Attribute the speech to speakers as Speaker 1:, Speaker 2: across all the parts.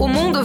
Speaker 1: O mundo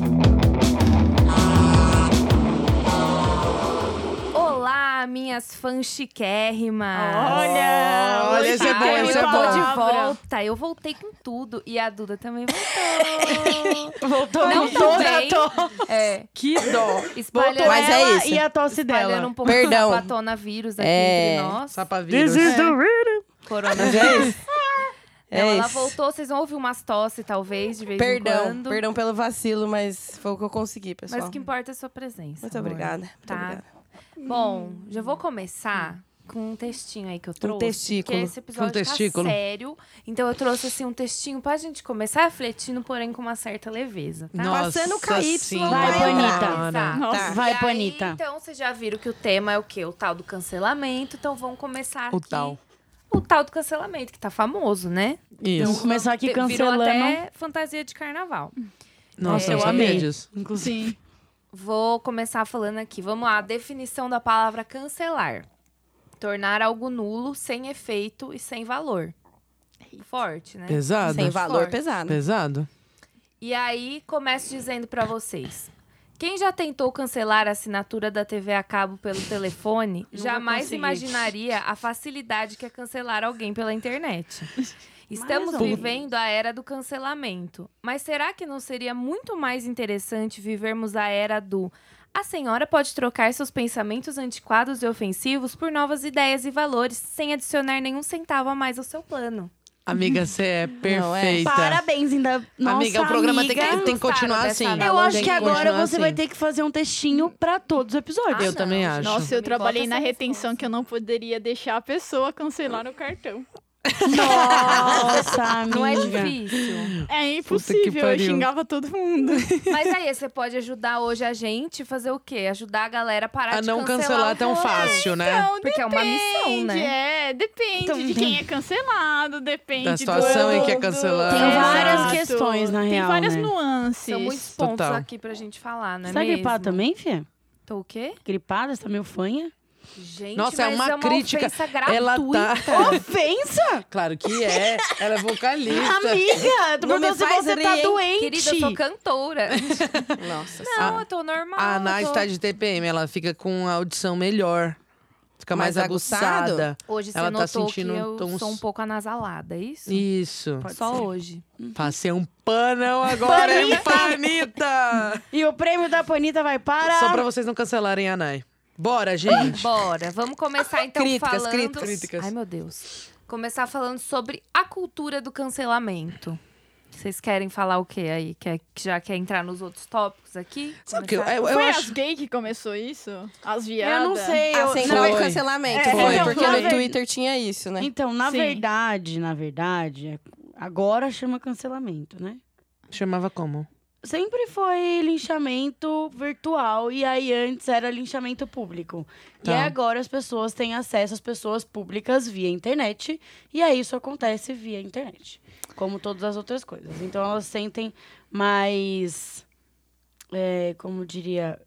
Speaker 1: Olá, minhas fãs chiquérrimas.
Speaker 2: Olha!
Speaker 3: Olha, esse é bom,
Speaker 1: Ai,
Speaker 3: esse é
Speaker 1: eu tô
Speaker 3: bom.
Speaker 1: de volta, eu voltei com tudo e a Duda também voltou.
Speaker 2: Voltou
Speaker 1: Não
Speaker 2: com toda
Speaker 1: também.
Speaker 2: a tosse.
Speaker 1: é,
Speaker 2: Que dó.
Speaker 1: espalhando
Speaker 2: Voltou
Speaker 4: Mas é
Speaker 2: ela
Speaker 4: isso.
Speaker 2: e a tosse
Speaker 1: espalhando
Speaker 2: dela.
Speaker 1: um pouco
Speaker 4: Perdão.
Speaker 1: do patona-vírus aqui
Speaker 4: É.
Speaker 1: entre nós.
Speaker 3: Sapavírus.
Speaker 4: Mas
Speaker 1: Coronavírus.
Speaker 4: é isso.
Speaker 1: Não,
Speaker 4: É
Speaker 1: ela
Speaker 4: isso.
Speaker 1: voltou, vocês vão ouvir umas tosse, talvez, de vez em
Speaker 4: Perdão,
Speaker 1: quando.
Speaker 4: perdão pelo vacilo, mas foi o que eu consegui, pessoal.
Speaker 1: Mas o que importa é a sua presença.
Speaker 4: Muito
Speaker 1: amor.
Speaker 4: obrigada. Muito
Speaker 1: Tá.
Speaker 4: obrigada.
Speaker 1: Bom, já vou começar com um textinho aí que eu trouxe.
Speaker 4: testículo.
Speaker 1: Porque esse episódio
Speaker 5: Um testículo.
Speaker 1: tá sério. Então eu trouxe, assim, um textinho pra gente começar refletindo, porém com uma certa leveza, tá?
Speaker 4: Passando o KY,
Speaker 6: vai
Speaker 1: Tá.
Speaker 6: Nossa,
Speaker 1: E
Speaker 6: vai,
Speaker 1: aí,
Speaker 6: Panita.
Speaker 1: Então, vocês já viram que o tema é o quê? O tal do cancelamento. Então, vamos começar
Speaker 5: O
Speaker 1: aqui.
Speaker 5: tal.
Speaker 1: O tal do cancelamento, que tá famoso, né?
Speaker 6: Vamos
Speaker 5: Isso.
Speaker 6: começar Tá aqui
Speaker 1: Pe-
Speaker 6: cancelando.
Speaker 1: Virou até fantasia de carnaval.
Speaker 5: Nossa,
Speaker 1: É,
Speaker 5: eu
Speaker 1: eu
Speaker 5: sabia
Speaker 6: amei.
Speaker 5: disso.
Speaker 6: Inclusive.
Speaker 1: Vou começar falando aqui. Vamos lá. Definição da palavra cancelar: tornar algo nulo, sem efeito e sem valor. Forte, né?
Speaker 5: Pesado.
Speaker 4: Sem valor
Speaker 1: Forte.
Speaker 4: pesado.
Speaker 5: Pesado?
Speaker 1: E aí, começo dizendo pra vocês. Quem já tentou cancelar a assinatura da TV a cabo pelo telefone, jamais
Speaker 6: conseguir.
Speaker 1: imaginaria a facilidade que é cancelar alguém pela internet. Estamos
Speaker 6: ou menos.
Speaker 1: vivendo a era do cancelamento. Mas será que não seria muito mais interessante vivermos a era do a senhora pode trocar seus pensamentos antiquados e ofensivos por novas ideias e valores sem adicionar nenhum centavo a mais ao seu plano?
Speaker 5: Amiga, você é
Speaker 4: Não é?
Speaker 5: perfeita.
Speaker 6: Parabéns, ainda. Nossa,
Speaker 5: amiga, o programa tem
Speaker 6: amiga.
Speaker 5: que, tem que continuar assim.
Speaker 1: Gostaram dessa
Speaker 6: Eu
Speaker 1: Não,
Speaker 6: acho
Speaker 5: Tem
Speaker 6: que agora
Speaker 5: continuar
Speaker 6: você
Speaker 5: assim.
Speaker 6: vai ter que fazer um textinho pra todos os episódios.
Speaker 5: Eu também acho.
Speaker 2: Nossa, eu
Speaker 1: Ah, Me
Speaker 2: trabalhei
Speaker 1: bota
Speaker 2: na
Speaker 1: essa
Speaker 2: retenção
Speaker 1: resposta.
Speaker 2: que eu não poderia deixar a pessoa cancelar o cartão.
Speaker 6: Nossa, amiga.
Speaker 1: Não é difícil.
Speaker 2: É
Speaker 5: que
Speaker 2: impossível, eu
Speaker 5: pariu.
Speaker 2: xingava todo mundo.
Speaker 1: Mas aí, você pode ajudar hoje a gente a fazer o quê? Ajudar a galera a parar
Speaker 5: A
Speaker 1: de
Speaker 5: não
Speaker 1: cancelar,
Speaker 5: cancelar
Speaker 1: o
Speaker 5: tão
Speaker 1: rolê.
Speaker 5: fácil, né?
Speaker 2: Então,
Speaker 1: Porque é uma missão,
Speaker 2: depende,
Speaker 1: né?
Speaker 2: é, depende de quem é cancelado, depende
Speaker 5: Da situação
Speaker 2: do...
Speaker 5: em que é cancelado.
Speaker 6: Tem várias
Speaker 2: Exato.
Speaker 6: questões, na
Speaker 2: Tem
Speaker 6: real,
Speaker 2: várias
Speaker 6: né?
Speaker 2: nuances.
Speaker 1: São muitos pontos
Speaker 5: Total.
Speaker 1: aqui pra gente falar, não é
Speaker 6: Você tá
Speaker 1: mesmo?
Speaker 6: gripada também, filha?
Speaker 1: Tô o quê?
Speaker 6: Gripada? Você tá meio fanha?
Speaker 1: Gente,
Speaker 5: Nossa, é
Speaker 1: mas
Speaker 5: uma
Speaker 1: é uma
Speaker 5: crítica.
Speaker 1: ofensa gratuita.
Speaker 5: Ela tá.
Speaker 6: Ofensa!
Speaker 5: Claro que é. Ela é vocalista.
Speaker 2: Ah,
Speaker 6: Amiga, tu
Speaker 4: Não me
Speaker 6: perguntou se
Speaker 4: faz
Speaker 6: você
Speaker 4: rir,
Speaker 6: tá
Speaker 4: hein?
Speaker 6: doente.
Speaker 1: Querida, eu sou cantora.
Speaker 4: Nossa.
Speaker 1: Não,
Speaker 5: A-
Speaker 1: eu tô normal.
Speaker 5: A
Speaker 1: eu
Speaker 5: Nath
Speaker 1: tô-
Speaker 5: tá de TPM, ela fica com a audição melhor. Fica mais,
Speaker 4: Mais aguçado?
Speaker 5: aguçada.
Speaker 1: Hoje você
Speaker 5: ela tá
Speaker 1: notou
Speaker 5: sentindo
Speaker 1: que eu
Speaker 5: tons-
Speaker 1: sou um pouco anasalada, é isso?
Speaker 5: Isso.
Speaker 1: Só hoje.
Speaker 5: Passei um panão agora, hein, Panita!
Speaker 6: E o prêmio da Panita vai para...
Speaker 5: Só pra vocês não cancelarem a Nai. Bora, gente!
Speaker 1: Bora, vamos começar então
Speaker 4: Críticas,
Speaker 1: falando.
Speaker 4: críticas,
Speaker 5: críticas.
Speaker 1: Ai, meu Deus. Começar falando sobre a cultura do cancelamento. Vocês querem falar o quê aí? Quer, já quer entrar nos outros tópicos aqui?
Speaker 5: Sabe o que? Eu, é,
Speaker 1: Começar?
Speaker 5: eu, eu
Speaker 2: Foi as
Speaker 5: acho.
Speaker 2: gay que começou isso? As
Speaker 6: Eu
Speaker 2: viadas?
Speaker 6: não sei. Eu...
Speaker 4: Assim
Speaker 6: na
Speaker 4: como o
Speaker 6: verdade-
Speaker 4: cancelamento,
Speaker 2: É,
Speaker 4: foi.
Speaker 2: então,
Speaker 4: porque
Speaker 2: na
Speaker 4: no
Speaker 2: verdade-
Speaker 4: Twitter tinha isso, né?
Speaker 6: Então, na
Speaker 2: Sim.
Speaker 6: verdade, na verdade, é- agora chama cancelamento, né?
Speaker 5: Chamava como?
Speaker 6: Sempre foi linchamento virtual e aí antes era linchamento público. E
Speaker 5: Tá.
Speaker 6: aí agora as pessoas têm acesso às pessoas públicas via internet e aí isso acontece via internet, como todas as outras coisas. Então elas sentem mais, é, como diria,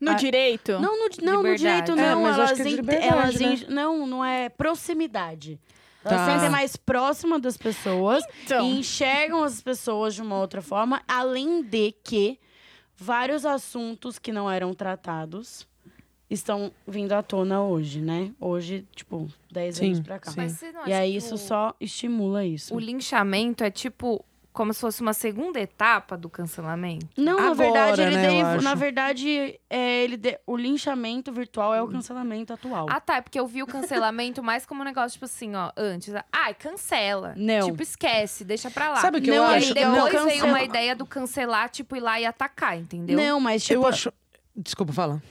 Speaker 2: No
Speaker 6: Ah,
Speaker 2: direito?
Speaker 6: não no, não, no
Speaker 1: Liberdade.
Speaker 6: direito
Speaker 5: É,
Speaker 6: não,
Speaker 5: mas acho
Speaker 6: elas,
Speaker 5: que é de
Speaker 6: ent-
Speaker 5: liberdade,
Speaker 6: elas
Speaker 5: né?
Speaker 6: ent- não, não é proximidade. Elas
Speaker 5: Tá.
Speaker 6: sentem mais próxima das pessoas
Speaker 2: Então.
Speaker 6: e enxergam as pessoas de uma outra forma, além de que vários assuntos que não eram tratados estão vindo à tona hoje, né? Hoje, tipo, 10
Speaker 5: Sim,
Speaker 6: anos pra cá.
Speaker 5: sim.
Speaker 1: Mas você não
Speaker 6: E
Speaker 1: acha
Speaker 6: aí
Speaker 1: que
Speaker 6: isso
Speaker 1: o-
Speaker 6: só estimula isso.
Speaker 1: O linchamento é tipo como se fosse uma segunda etapa do cancelamento.
Speaker 6: Não, na
Speaker 5: Agora,
Speaker 6: verdade, ele
Speaker 5: né, eu
Speaker 6: deriva-
Speaker 5: acho.
Speaker 6: na verdade, é, ele de- o linchamento virtual é o cancelamento atual.
Speaker 1: Ah, tá. É porque eu vi o cancelamento mais como um negócio, tipo assim, ó, antes. Ai, cancela.
Speaker 6: Não.
Speaker 1: Tipo, esquece, deixa pra lá.
Speaker 5: Sabe o que
Speaker 6: Não,
Speaker 5: eu
Speaker 1: e
Speaker 6: ele
Speaker 1: aí
Speaker 5: acho?
Speaker 6: deu-
Speaker 5: Não,
Speaker 1: depois
Speaker 6: Não,
Speaker 1: veio
Speaker 6: cancela.
Speaker 1: uma ideia do cancelar, tipo, ir lá e atacar, entendeu?
Speaker 6: Não, mas tipo,
Speaker 5: eu acho. Desculpa, fala.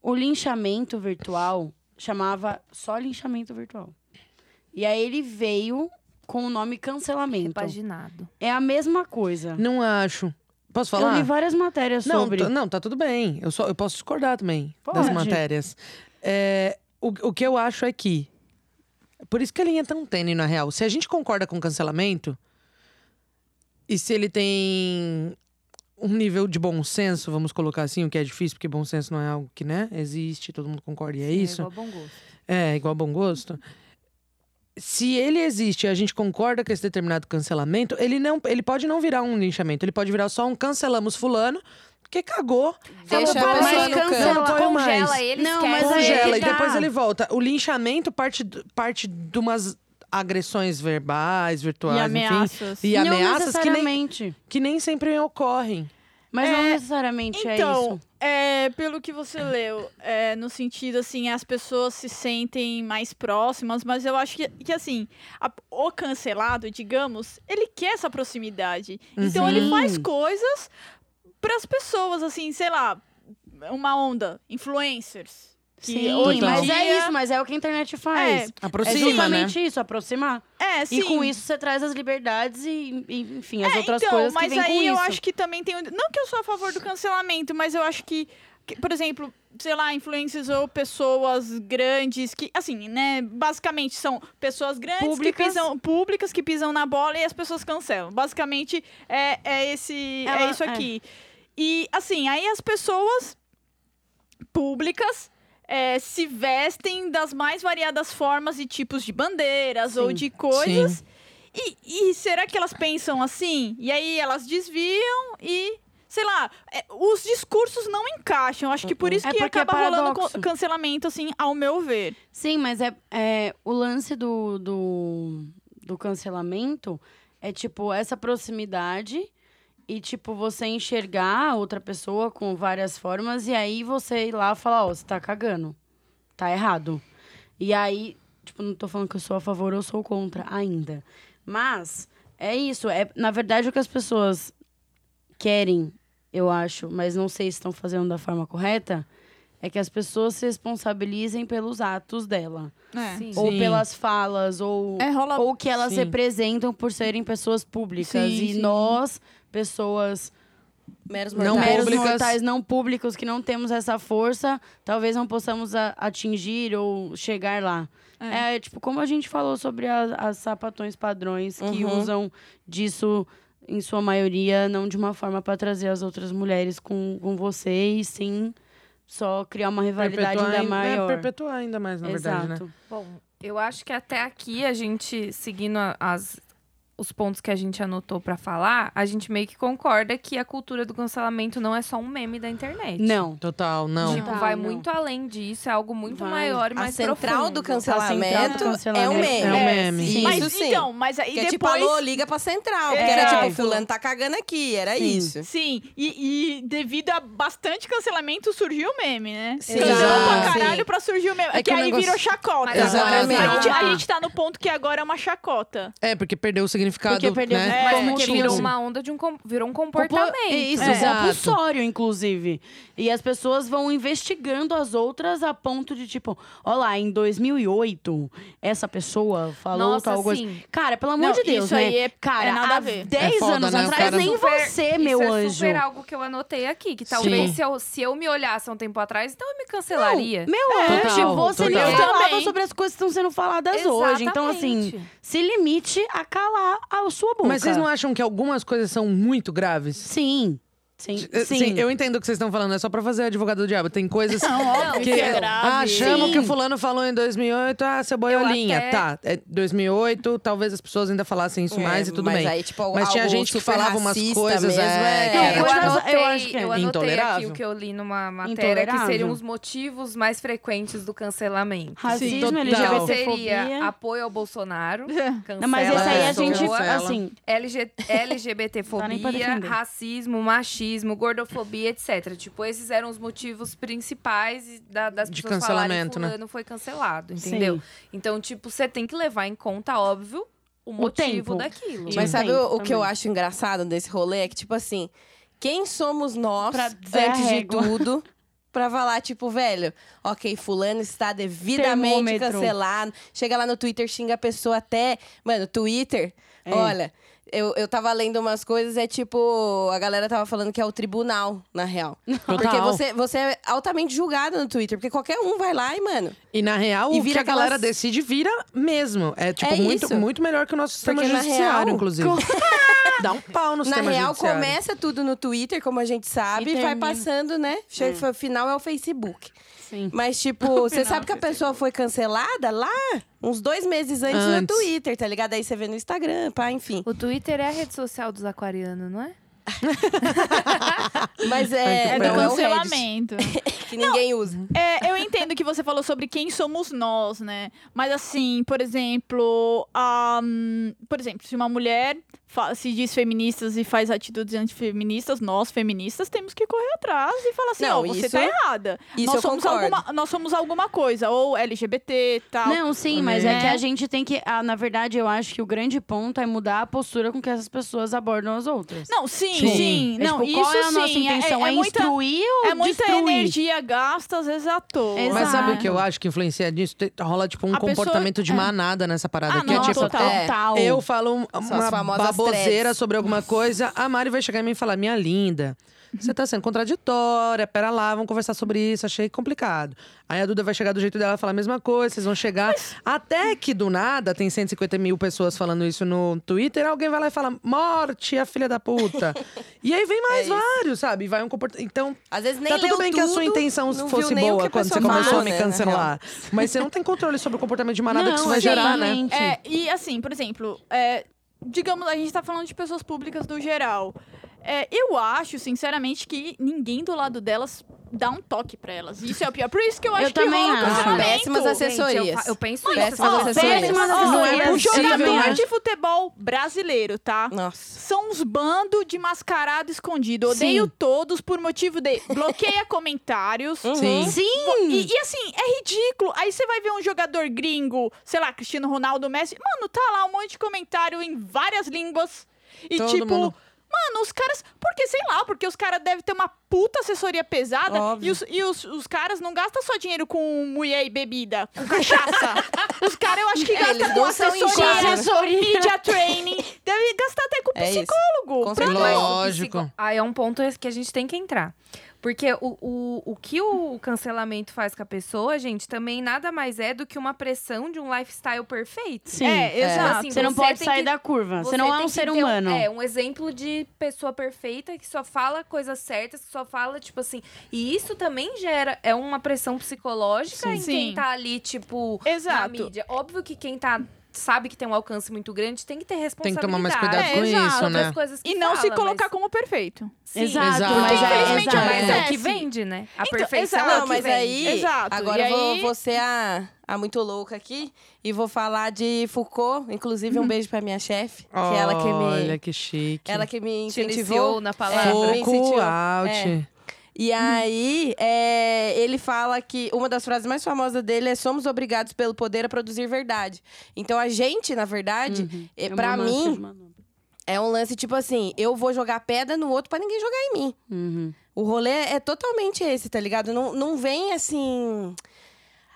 Speaker 6: o linchamento virtual chamava só linchamento virtual. E aí ele veio com o nome cancelamento.
Speaker 1: Paginado.
Speaker 6: É a mesma coisa.
Speaker 5: Não acho. Posso
Speaker 6: Eu
Speaker 5: falar?
Speaker 6: li várias matérias
Speaker 5: não,
Speaker 6: sobre.
Speaker 5: tá- não, tá tudo bem. Eu, só, eu posso discordar também das
Speaker 6: Pode.
Speaker 5: matérias. É, o, o que eu acho é que. Por isso que a linha é tão tênue, na real. Se a gente concorda com o cancelamento, e se ele tem um nível de bom senso, vamos colocar assim, o que é difícil, porque bom senso não é algo que, né, existe, todo mundo concorda e é
Speaker 1: Sim,
Speaker 5: isso.
Speaker 1: igual bom gosto.
Speaker 5: É, igual bom gosto. Se ele existe e a gente concorda com esse determinado cancelamento, ele não, ele pode não virar um linchamento, ele pode virar só um cancelamos fulano, porque cagou.
Speaker 1: Então,
Speaker 4: Deixa
Speaker 5: Acabou,
Speaker 4: a
Speaker 5: mas
Speaker 4: pessoa no
Speaker 5: cancela,
Speaker 4: canto.
Speaker 5: Não põe
Speaker 1: congela
Speaker 5: mais.
Speaker 1: ele,
Speaker 6: Não,
Speaker 1: esquece.
Speaker 6: mas aí
Speaker 5: Congela
Speaker 6: que
Speaker 5: e
Speaker 6: tá.
Speaker 5: depois ele volta. O linchamento parte, do- parte de umas agressões verbais, virtuais,
Speaker 2: E
Speaker 5: enfim.
Speaker 2: ameaças.
Speaker 5: E
Speaker 6: não
Speaker 5: ameaças que nem,
Speaker 6: necessariamente.
Speaker 5: que nem sempre ocorrem.
Speaker 6: Mas não
Speaker 2: É,
Speaker 6: necessariamente é
Speaker 2: Então,
Speaker 6: isso.
Speaker 2: é, pelo que você leu, é, no sentido assim, as pessoas se sentem mais próximas, mas eu acho que, que assim, a- o cancelado, digamos, ele quer essa proximidade. Então ele
Speaker 6: Uhum.
Speaker 2: faz coisas para as pessoas, assim, sei lá, uma onda, influencers. que hoje
Speaker 6: Sim,
Speaker 2: em
Speaker 6: mas
Speaker 2: dia-
Speaker 6: é isso, mas é o que a internet faz.
Speaker 2: É,
Speaker 5: Aproxima, né?
Speaker 6: é justamente isso, aproximar.
Speaker 2: É, sim.
Speaker 6: E com isso você traz as liberdades e, e, enfim, as
Speaker 2: É,
Speaker 6: outras
Speaker 2: então,
Speaker 6: coisas que
Speaker 2: mas
Speaker 6: vêm
Speaker 2: aí
Speaker 6: com
Speaker 2: eu
Speaker 6: isso.
Speaker 2: acho que também tem. um- Não que eu sou a favor do cancelamento, mas eu acho que, que, por exemplo, sei lá, influencers ou pessoas grandes que, assim, né? Basicamente são pessoas grandes
Speaker 6: Públicas.
Speaker 2: que pisam públicas que pisam na bola e as pessoas cancelam. Basicamente é, é esse
Speaker 6: Ela-
Speaker 2: é isso
Speaker 6: é.
Speaker 2: aqui. E assim, aí as pessoas públicas é, se vestem das mais variadas formas e tipos de bandeiras ou
Speaker 6: Sim.
Speaker 2: de coisas. E, e será que elas pensam assim? E aí elas desviam e. Sei lá, é, os discursos não encaixam. Acho que por isso
Speaker 6: É
Speaker 2: que
Speaker 6: porque é
Speaker 2: acaba rolando
Speaker 6: paradoxo.
Speaker 2: co- cancelamento, assim, ao meu ver.
Speaker 6: Sim, mas é, é o lance do, do, do cancelamento é tipo essa proximidade e tipo você enxergar a outra pessoa com várias formas e aí você ir lá falar, ó, você tá cagando. Tá errado. E aí, tipo, não tô falando que eu sou a favor ou sou contra ainda. Mas é isso, é na verdade o que as pessoas querem, eu acho, mas não sei se estão fazendo da forma correta, é que as pessoas se responsabilizem pelos atos dela,
Speaker 2: né?
Speaker 1: Sim.
Speaker 6: ou
Speaker 5: Sim.
Speaker 6: pelas falas, ou
Speaker 2: É, rola.
Speaker 6: ou que elas
Speaker 5: Sim.
Speaker 6: representam por serem pessoas públicas
Speaker 2: Sim,
Speaker 6: e
Speaker 2: sim.
Speaker 6: nós pessoas
Speaker 4: Meros
Speaker 5: Não
Speaker 4: mortais.
Speaker 6: meros
Speaker 5: públicas.
Speaker 6: mortais não públicos que não temos essa força talvez não possamos a- atingir ou chegar lá é. tipo como a gente falou sobre a- as sapatões padrões que
Speaker 4: Uhum.
Speaker 6: usam disso em sua maioria não de uma forma para trazer as outras mulheres com, com você e sim só criar uma rivalidade
Speaker 5: Perpetuar
Speaker 6: ainda
Speaker 5: é,
Speaker 6: maior
Speaker 5: perpetuar ainda mais, na
Speaker 6: exato
Speaker 5: verdade, né?
Speaker 1: Bom, eu acho que até aqui a gente, seguindo a- as, os pontos que a gente anotou pra falar, a gente meio que concorda que a cultura do cancelamento não é só um meme da internet.
Speaker 6: não
Speaker 5: Total, não.
Speaker 1: Tipo,
Speaker 6: Não.
Speaker 1: vai
Speaker 6: Não.
Speaker 1: muito além disso, é algo muito
Speaker 6: Vai.
Speaker 1: maior e
Speaker 4: A
Speaker 1: mais
Speaker 4: central
Speaker 1: profundo. Assim,
Speaker 4: do cancelamento
Speaker 6: A central do
Speaker 4: é um meme.
Speaker 5: É um meme.
Speaker 4: Isso
Speaker 2: mas
Speaker 4: sim.
Speaker 2: então, mas aí
Speaker 4: que é tipo,
Speaker 2: depois.
Speaker 4: alô, liga pra central. Porque
Speaker 2: Exato.
Speaker 4: era tipo, fulano tá cagando aqui, era
Speaker 6: Sim.
Speaker 4: isso.
Speaker 2: Sim, e, e devido a bastante cancelamento surgiu o meme, né?
Speaker 4: Sim.
Speaker 2: Cancelou pra
Speaker 5: Exato.
Speaker 2: caralho pra surgir o meme.
Speaker 5: É
Speaker 2: É
Speaker 5: que
Speaker 2: que,
Speaker 5: o
Speaker 2: aí
Speaker 5: negócio-
Speaker 2: virou chacota.
Speaker 1: Mas
Speaker 4: agora
Speaker 2: a,
Speaker 4: virou.
Speaker 2: gente, a gente tá no ponto que agora é uma chacota.
Speaker 5: É, porque perdeu o significado,
Speaker 6: Porque perdeu o
Speaker 5: né?
Speaker 6: significado.
Speaker 1: Mas
Speaker 2: É,
Speaker 1: porque
Speaker 5: tinha
Speaker 1: virou
Speaker 5: um-
Speaker 1: uma onda de um com- virou um
Speaker 6: Compo-
Speaker 1: comportamento.
Speaker 6: Isso,
Speaker 5: É.
Speaker 6: é.
Speaker 5: Exato.
Speaker 6: compulsório, inclusive. E as pessoas vão investigando as outras a ponto de, tipo, ó lá, em 2008, essa pessoa falou
Speaker 1: Nossa,
Speaker 6: tal coisa.
Speaker 1: sim.
Speaker 6: Cara, pelo amor
Speaker 2: Não,
Speaker 6: de Deus,
Speaker 2: isso
Speaker 6: né?
Speaker 2: aí é-
Speaker 6: Cara,
Speaker 2: é nada
Speaker 6: há
Speaker 2: a ver.
Speaker 6: 10
Speaker 5: É foda,
Speaker 6: anos
Speaker 5: né,
Speaker 6: atrás,
Speaker 5: cara?
Speaker 6: nem
Speaker 1: Super-
Speaker 6: você, meu
Speaker 1: isso
Speaker 6: anjo.
Speaker 1: É super algo que eu anotei aqui, que
Speaker 5: Sim.
Speaker 1: talvez se eu, se eu me olhasse há um tempo atrás, então eu me cancelaria.
Speaker 6: Meu
Speaker 5: Total,
Speaker 6: anjo, É, tipo, você
Speaker 5: total.
Speaker 6: não
Speaker 5: Eu
Speaker 6: falava
Speaker 2: também.
Speaker 6: sobre as coisas que estão sendo faladas hoje. Então, assim,
Speaker 1: Exatamente.
Speaker 6: se limite a calar a sua boca.
Speaker 5: Mas vocês não é- acham que algumas coisas são muito graves?
Speaker 6: Sim. Sim, sim.
Speaker 5: eu entendo o que vocês estão falando. É só pra fazer advogado do diabo. Tem coisas
Speaker 2: óbvio
Speaker 5: que...
Speaker 2: que é grave.
Speaker 5: Ah, chama o que
Speaker 6: Sim.
Speaker 5: o fulano falou em 2008. Ah, seu boiolinha.
Speaker 1: até-
Speaker 5: Tá, é 2008. Talvez as pessoas ainda falassem isso mais
Speaker 4: É,
Speaker 5: e tudo
Speaker 4: mas
Speaker 5: bem.
Speaker 4: aí, tipo,
Speaker 5: Mas tinha
Speaker 4: algo
Speaker 5: gente que
Speaker 4: super
Speaker 5: falava umas
Speaker 4: racista
Speaker 5: coisas,
Speaker 4: mesmo,
Speaker 5: é,
Speaker 4: é,
Speaker 5: que era,
Speaker 6: Não,
Speaker 1: eu,
Speaker 6: tipo,
Speaker 1: anotei,
Speaker 6: eu acho que é
Speaker 1: eu anotei aqui
Speaker 5: intolerável.
Speaker 1: o que eu li numa matéria que
Speaker 6: Intolerável.
Speaker 1: seriam os motivos mais frequentes do cancelamento.
Speaker 6: Racismo,
Speaker 5: Sim,
Speaker 1: Então
Speaker 5: total.
Speaker 6: LGBTfobia.
Speaker 1: seria apoio ao Bolsonaro, cancela,
Speaker 6: Não, mas esse aí a
Speaker 5: pessoa.
Speaker 6: gente,
Speaker 5: Cancela.
Speaker 6: assim,
Speaker 1: LG,
Speaker 6: Não dá nem pra
Speaker 1: LGBTfobia,
Speaker 6: defender.
Speaker 1: racismo, machismo, gordofobia, etc. Tipo, esses eram os motivos principais da- das
Speaker 5: De
Speaker 1: pessoas falarem
Speaker 5: cancelamento, né?
Speaker 1: fulano foi cancelado, entendeu?
Speaker 6: Sim.
Speaker 1: Então, tipo, você tem que levar em conta, óbvio, o motivo
Speaker 6: tempo.
Speaker 1: daquilo.
Speaker 6: Sim.
Speaker 4: Mas sabe
Speaker 6: Tem,
Speaker 4: o, o que eu
Speaker 6: também.
Speaker 4: acho engraçado desse rolê? É que, tipo assim, quem somos nós
Speaker 6: Pra dizer a
Speaker 4: antes de
Speaker 6: régua.
Speaker 4: tudo? Pra falar, tipo, velho, ok, fulano está devidamente
Speaker 6: Termômetro.
Speaker 4: cancelado. Chega lá no Twitter, xinga a pessoa até. Mano, Twitter,
Speaker 6: É.
Speaker 4: olha, eu, eu tava lendo umas coisas, é tipo, a galera tava falando que é o tribunal, na real. Porque
Speaker 5: Total.
Speaker 4: você, você é altamente julgado no Twitter, porque qualquer um vai lá e, mano.
Speaker 5: E na real,
Speaker 4: E
Speaker 5: o que
Speaker 4: vira
Speaker 5: a galera
Speaker 4: aquelas-
Speaker 5: decide vira mesmo. É tipo
Speaker 4: É
Speaker 5: muito,
Speaker 4: isso.
Speaker 5: muito melhor que o nosso sistema
Speaker 4: Porque na
Speaker 5: judiciário,
Speaker 4: real-
Speaker 5: inclusive. Dá um pau no
Speaker 4: na
Speaker 5: sistema
Speaker 4: real,
Speaker 5: judiciário.
Speaker 4: começa tudo no Twitter, como a gente sabe,
Speaker 6: E
Speaker 4: e vai
Speaker 6: termina-
Speaker 4: passando, né? Chega, O final é o Facebook.
Speaker 6: Sim.
Speaker 4: Mas, tipo, você sabe
Speaker 5: é
Speaker 4: que a pessoa foi cancelada lá uns dois meses antes, no
Speaker 5: Antes.
Speaker 4: Twitter, tá ligado? Aí você vê no Instagram, pá, enfim.
Speaker 1: O Twitter é a rede social dos aquarianos, não é?
Speaker 4: Mas é,
Speaker 2: É
Speaker 4: não
Speaker 2: do
Speaker 4: é o Reddit,
Speaker 2: cancelamento.
Speaker 4: que ninguém usa.
Speaker 2: É, eu entendo que você falou sobre quem somos nós, né? Mas assim, por exemplo, ahn, por exemplo, se uma mulher fa- se diz feministas e faz atitudes antifeministas, nós feministas temos que correr atrás e falar assim,
Speaker 4: Não,
Speaker 2: ó, você
Speaker 4: isso-
Speaker 2: tá errada.
Speaker 4: isso eu
Speaker 2: nós somos
Speaker 4: concordo.
Speaker 2: alguma, nós somos alguma coisa, ou LGBT, tal.
Speaker 6: Não, sim, mas é que a gente tem que. ah, na verdade, eu acho que o grande ponto é mudar a postura com que essas pessoas abordam as outras.
Speaker 2: Não, sim,
Speaker 5: Sim.
Speaker 2: sim.
Speaker 6: É,
Speaker 2: Não,
Speaker 6: tipo,
Speaker 2: isso
Speaker 6: qual é a
Speaker 2: sim.
Speaker 6: nossa intenção? É,
Speaker 2: muita,
Speaker 6: instruir ou
Speaker 2: é muita
Speaker 6: destruir?
Speaker 2: energia gasta, às vezes à toa.
Speaker 6: Exato.
Speaker 5: Mas sabe o que eu acho que influencia nisso? Te- Rola, tipo, um
Speaker 2: A pessoa- é.
Speaker 5: comportamento de manada nessa parada.
Speaker 2: Ah,
Speaker 5: que
Speaker 2: não,
Speaker 5: é, tipo,
Speaker 2: total.
Speaker 5: é,
Speaker 6: Total.
Speaker 5: eu falo um-
Speaker 4: as
Speaker 5: uma
Speaker 4: famosas
Speaker 5: baboseira
Speaker 4: threads.
Speaker 5: sobre alguma coisa, a Mari vai chegar em mim e falar, minha linda, você tá sendo contraditória, pera lá, vamos conversar sobre isso, achei complicado. Aí a Duda vai chegar do jeito dela e falar a mesma coisa, vocês vão chegar. Até que, do nada, tem 150 mil pessoas falando isso no Twitter, alguém vai lá e fala, morte, a filha da puta. e aí vem
Speaker 2: É
Speaker 5: mais vários, sabe? Vai um comportamento... Então,
Speaker 4: Às vezes nem
Speaker 5: tá tudo
Speaker 4: leu
Speaker 5: bem que a sua
Speaker 4: tudo,
Speaker 5: intenção
Speaker 4: não
Speaker 5: fosse
Speaker 4: viu nem o que
Speaker 5: boa
Speaker 4: a
Speaker 5: quando você
Speaker 4: pessoa
Speaker 5: começou a
Speaker 4: fala,
Speaker 5: me
Speaker 4: né, na real.
Speaker 5: cancelar. Mas você não tem controle sobre o comportamento de manada
Speaker 6: Não,
Speaker 5: que isso vai
Speaker 6: sim,
Speaker 5: gerar, né?
Speaker 6: gente.
Speaker 2: É, e assim, por exemplo, é, digamos, a gente tá falando de pessoas públicas do geral. É, eu acho, sinceramente, que ninguém do lado delas dá um toque pra elas. Isso é o pior. Por isso que eu acho que
Speaker 6: também
Speaker 2: rola o
Speaker 6: acho.
Speaker 2: cancelamento.
Speaker 4: Péssimas assessorias.
Speaker 1: Gente, eu, fa- eu penso isso.
Speaker 4: Péssimas
Speaker 1: sabe?
Speaker 2: Ó,
Speaker 4: assessorias.
Speaker 2: péssimas
Speaker 6: Não
Speaker 2: assessorias.
Speaker 5: é
Speaker 2: O
Speaker 5: possível,
Speaker 2: jogador
Speaker 5: né?
Speaker 2: de futebol brasileiro, tá?
Speaker 4: Nossa.
Speaker 2: São uns bando de mascarado escondido.
Speaker 6: Sim.
Speaker 2: Odeio todos por motivo de... Bloqueia comentários.
Speaker 5: Sim.
Speaker 2: E, e, assim, é ridículo. Aí você vai ver um jogador gringo, sei lá, Cristiano Ronaldo, Messi. Mano, tá lá um monte de comentário em várias línguas. E
Speaker 5: Todo
Speaker 2: tipo.
Speaker 5: mundo.
Speaker 2: Mano, os caras. Porque, sei lá, porque os caras devem ter uma puta assessoria pesada. E, os, e os, os caras não gastam só dinheiro com mulher e bebida, com cachaça. os caras, eu acho que
Speaker 4: É,
Speaker 2: gastam
Speaker 4: eles
Speaker 2: com
Speaker 4: não são
Speaker 2: assessoria,
Speaker 4: inchados.
Speaker 2: media training. Deve gastar até com
Speaker 4: É isso.
Speaker 2: psicólogo.
Speaker 4: Com
Speaker 2: pra
Speaker 4: certeza.
Speaker 2: não-
Speaker 5: Lógico.
Speaker 1: Ah, é um ponto esse que a gente tem que entrar. Porque o, o, o que o cancelamento faz com a pessoa, gente, também nada mais é do que uma pressão de um lifestyle perfeito.
Speaker 6: Sim.
Speaker 2: É, exato.
Speaker 1: Assim,
Speaker 6: você não
Speaker 1: você
Speaker 6: pode
Speaker 1: tem
Speaker 6: sair
Speaker 1: que-
Speaker 6: da curva. Você, não é
Speaker 1: tem
Speaker 6: um
Speaker 1: que
Speaker 6: ser
Speaker 1: ter
Speaker 6: humano.
Speaker 1: Um, é, um exemplo de pessoa perfeita que só fala coisas certas, que só fala, tipo assim. E isso também gera. É uma pressão psicológica em quem
Speaker 2: Sim.
Speaker 1: tá ali, tipo, na
Speaker 2: Exato.
Speaker 1: mídia. Óbvio que quem tá. Sabe que tem um alcance muito grande, tem que ter
Speaker 5: Tem
Speaker 1: responsabilidade.
Speaker 5: que tomar mais cuidado
Speaker 2: É,
Speaker 5: com
Speaker 2: exato.
Speaker 5: isso,
Speaker 1: sobre
Speaker 5: né?
Speaker 1: as coisas que
Speaker 2: E não se
Speaker 1: fala,
Speaker 2: colocar
Speaker 1: mas-
Speaker 2: como perfeito.
Speaker 1: Sim.
Speaker 6: Exato,
Speaker 5: Exato.
Speaker 6: mas é,
Speaker 2: Infelizmente,
Speaker 6: exato.
Speaker 2: mas
Speaker 1: Mas é o que
Speaker 2: Acontece.
Speaker 1: vende, né? A
Speaker 2: Então,
Speaker 1: perfeição
Speaker 2: exato.
Speaker 1: é o
Speaker 4: Não,
Speaker 1: que
Speaker 4: mas
Speaker 1: vende.
Speaker 4: aí.
Speaker 2: Exato,
Speaker 4: Agora
Speaker 2: e
Speaker 4: eu vou,
Speaker 2: aí-
Speaker 4: vou ser a, a muito louca aqui e vou falar de Foucault. Inclusive, um beijo pra minha chefe, que é ela que
Speaker 5: Olha
Speaker 4: me.
Speaker 5: que chique.
Speaker 4: Ela que me
Speaker 1: Te
Speaker 4: incentivou.
Speaker 1: iniciou na
Speaker 4: É,
Speaker 1: palavra.
Speaker 4: me
Speaker 5: Pouco
Speaker 4: sentiu- É.
Speaker 5: out.
Speaker 4: E aí, é, ele fala que uma das frases mais famosas dele é: somos obrigados pelo poder a produzir verdade. Então, a gente, na verdade, é,
Speaker 6: É uma
Speaker 4: pra
Speaker 6: mancha
Speaker 4: mim,
Speaker 6: de manobra.
Speaker 4: é um lance tipo assim: eu vou jogar pedra no outro pra ninguém jogar em mim.
Speaker 6: Uhum.
Speaker 4: O rolê é totalmente esse, tá ligado? Não, não vem assim.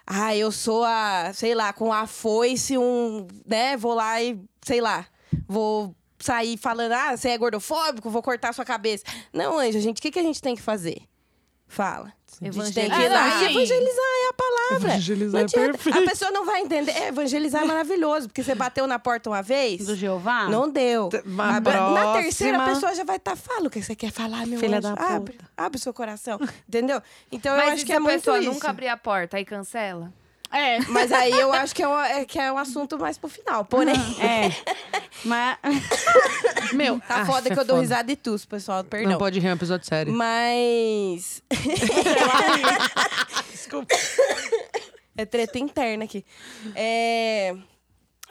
Speaker 4: Ah, eu sou a, sei lá, com a foice, um. né, vou lá e, sei lá, vou sair falando, ah, você é gordofóbico, vou cortar sua cabeça. Não, anjo, gente, o que, que a gente tem que fazer? Fala. A gente tem que ir lá e
Speaker 2: Evangelizar.
Speaker 4: evangelizar é a palavra.
Speaker 5: Evangelizar
Speaker 4: Não
Speaker 5: é
Speaker 4: adianta.
Speaker 5: perfeito.
Speaker 4: A pessoa não vai entender. É, evangelizar é maravilhoso, porque você bateu na porta uma vez.
Speaker 6: Do Jeová?
Speaker 4: Não deu.
Speaker 5: Uma
Speaker 4: Ah, Na terceira,
Speaker 5: próxima.
Speaker 4: a pessoa já vai estar, fala o que você quer falar, meu
Speaker 5: Filha
Speaker 4: anjo.
Speaker 5: da puta.
Speaker 4: Abre, abre o seu coração, entendeu? Então, eu
Speaker 1: Mas
Speaker 4: acho
Speaker 1: e se
Speaker 4: que é
Speaker 1: a
Speaker 4: muito
Speaker 1: pessoa
Speaker 4: isso.
Speaker 1: nunca abrir a porta, aí cancela?
Speaker 2: É.
Speaker 4: Mas aí eu acho que é, um, é que é um assunto mais pro final, porém...
Speaker 6: É. mas
Speaker 5: Meu,
Speaker 4: Tá
Speaker 5: ah,
Speaker 4: foda
Speaker 5: é
Speaker 4: que eu dou risada e tuço, pessoal, perdão.
Speaker 5: Não pode rir, é um episódio sério.
Speaker 4: Mas...
Speaker 5: Desculpa.
Speaker 4: É treta interna aqui. É...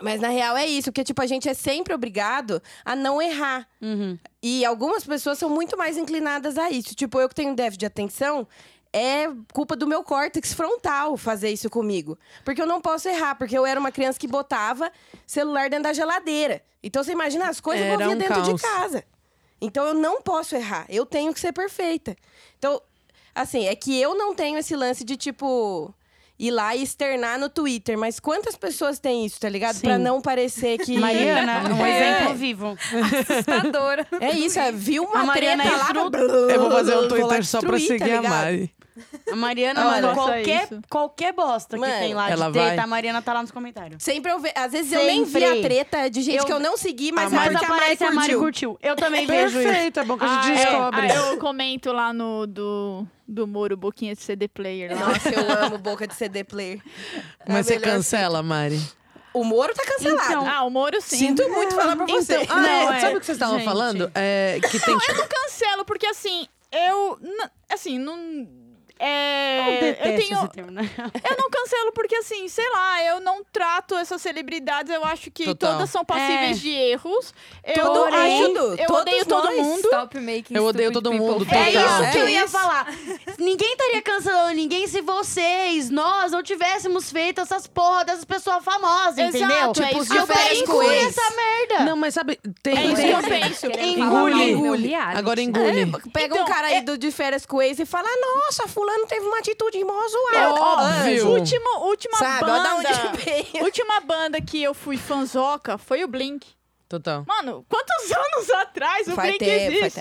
Speaker 4: Mas na real é isso, porque tipo, a gente é sempre obrigado a não errar.
Speaker 5: Uhum.
Speaker 4: E algumas pessoas são muito mais inclinadas a isso. Tipo, eu que tenho déficit de atenção, é culpa do meu córtex frontal fazer isso comigo. Porque eu não posso errar, porque eu era uma criança que botava celular dentro da geladeira. Então você imagina as coisas que eu
Speaker 5: Era
Speaker 4: via
Speaker 5: um
Speaker 4: dentro
Speaker 5: caos.
Speaker 4: de casa. Então eu não posso errar, eu tenho que ser perfeita. Então, Assim, é que eu não tenho esse lance de, tipo, ir lá e externar no Twitter. Mas quantas pessoas têm isso, tá ligado?
Speaker 6: Sim.
Speaker 4: Pra não parecer que.
Speaker 6: Mariana, um
Speaker 4: É.
Speaker 6: exemplo vivo.
Speaker 1: Assustadora.
Speaker 4: É isso, é, viu uma
Speaker 6: A Mariana
Speaker 4: treta lá...
Speaker 6: é
Speaker 5: Eu vou fazer um
Speaker 4: Vou lá
Speaker 5: Twitter só pra
Speaker 4: destruir, tá
Speaker 5: seguir a
Speaker 4: ligado?
Speaker 5: Mari.
Speaker 6: A Mariana,
Speaker 2: Olha,
Speaker 6: mano,
Speaker 2: faça
Speaker 6: qualquer,
Speaker 2: isso.
Speaker 6: qualquer bosta
Speaker 4: Mano,
Speaker 6: que tem lá
Speaker 5: ela
Speaker 6: de treta,
Speaker 5: vai.
Speaker 6: a Mariana tá lá nos comentários.
Speaker 4: Sempre eu ve... Às vezes eu nem vi a
Speaker 6: Sempre.
Speaker 4: treta de gente
Speaker 6: Eu-
Speaker 4: que eu não segui, mas,
Speaker 5: Ah,
Speaker 4: é
Speaker 5: mas
Speaker 4: porque a Mari
Speaker 6: aparece
Speaker 4: curtiu.
Speaker 6: curtiu. Eu também vejo isso.
Speaker 5: Perfeito, é bom que a gente
Speaker 2: Ah, é.
Speaker 5: descobre.
Speaker 2: Ah, eu comento lá no do, do Moro, Boquinha de CD Player. Lá.
Speaker 4: Nossa, eu amo boca de CD player. É a
Speaker 5: Mas você
Speaker 4: melhor-
Speaker 5: cancela, Mari.
Speaker 4: O Moro tá cancelado.
Speaker 6: Então,
Speaker 2: Ah, o Moro sim.
Speaker 4: Sinto muito falar pra você.
Speaker 5: Ah,
Speaker 6: Não,
Speaker 5: é,
Speaker 6: é,
Speaker 5: Sabe o que vocês estavam
Speaker 6: gente.
Speaker 5: falando? É, que tem.
Speaker 2: Eu cancelo, porque assim, eu. n- Assim, não.
Speaker 6: Eu
Speaker 2: É,
Speaker 6: detesto
Speaker 2: eu tenho.
Speaker 6: esse termo, né?
Speaker 2: Eu não cancelo porque, assim, sei lá, eu não trato essas celebridades. Eu acho que
Speaker 5: Total.
Speaker 2: todas são passíveis
Speaker 6: É.
Speaker 2: de erros. Eu
Speaker 4: Todo
Speaker 2: odeio-
Speaker 4: mundo,
Speaker 2: Eu
Speaker 4: todos
Speaker 2: odeio todo
Speaker 4: nós.
Speaker 2: mundo.
Speaker 1: Stop making
Speaker 5: Eu odeio
Speaker 1: stupid
Speaker 5: todo
Speaker 1: people
Speaker 5: mundo,
Speaker 1: feel
Speaker 6: É
Speaker 5: Total.
Speaker 6: isso que
Speaker 4: É
Speaker 6: eu ia
Speaker 4: isso.
Speaker 6: falar. Ninguém estaria cancelando ninguém se vocês, nós, não tivéssemos feito essas porra dessas pessoas famosas,
Speaker 2: Exato,
Speaker 6: entendeu? Tipo,
Speaker 2: é isso que
Speaker 4: de
Speaker 2: eu
Speaker 4: férias
Speaker 2: penso.
Speaker 4: com
Speaker 6: Engole
Speaker 4: ex.
Speaker 6: essa merda.
Speaker 5: Não, mas sabe, tem.
Speaker 2: É isso que eu
Speaker 1: Querendo
Speaker 2: penso.
Speaker 5: tipo
Speaker 1: falar mal do
Speaker 5: Engule.
Speaker 1: meu
Speaker 5: Engule.
Speaker 1: reality.
Speaker 5: Agora engule.
Speaker 4: Pega um
Speaker 2: Então,
Speaker 4: cara aí
Speaker 5: é
Speaker 4: do, de férias com ex e fala: Nossa, fulano teve uma atitude mó
Speaker 5: É
Speaker 4: zoada.
Speaker 5: óbvio.
Speaker 2: Último, última
Speaker 4: Sabe, ó, um da
Speaker 2: banda.
Speaker 4: onde veio.
Speaker 2: Última banda que eu fui fanzoca foi o Blink.
Speaker 5: Total.
Speaker 2: Mano, quantos anos atrás o
Speaker 4: Faz
Speaker 2: Blink
Speaker 4: tempo, faz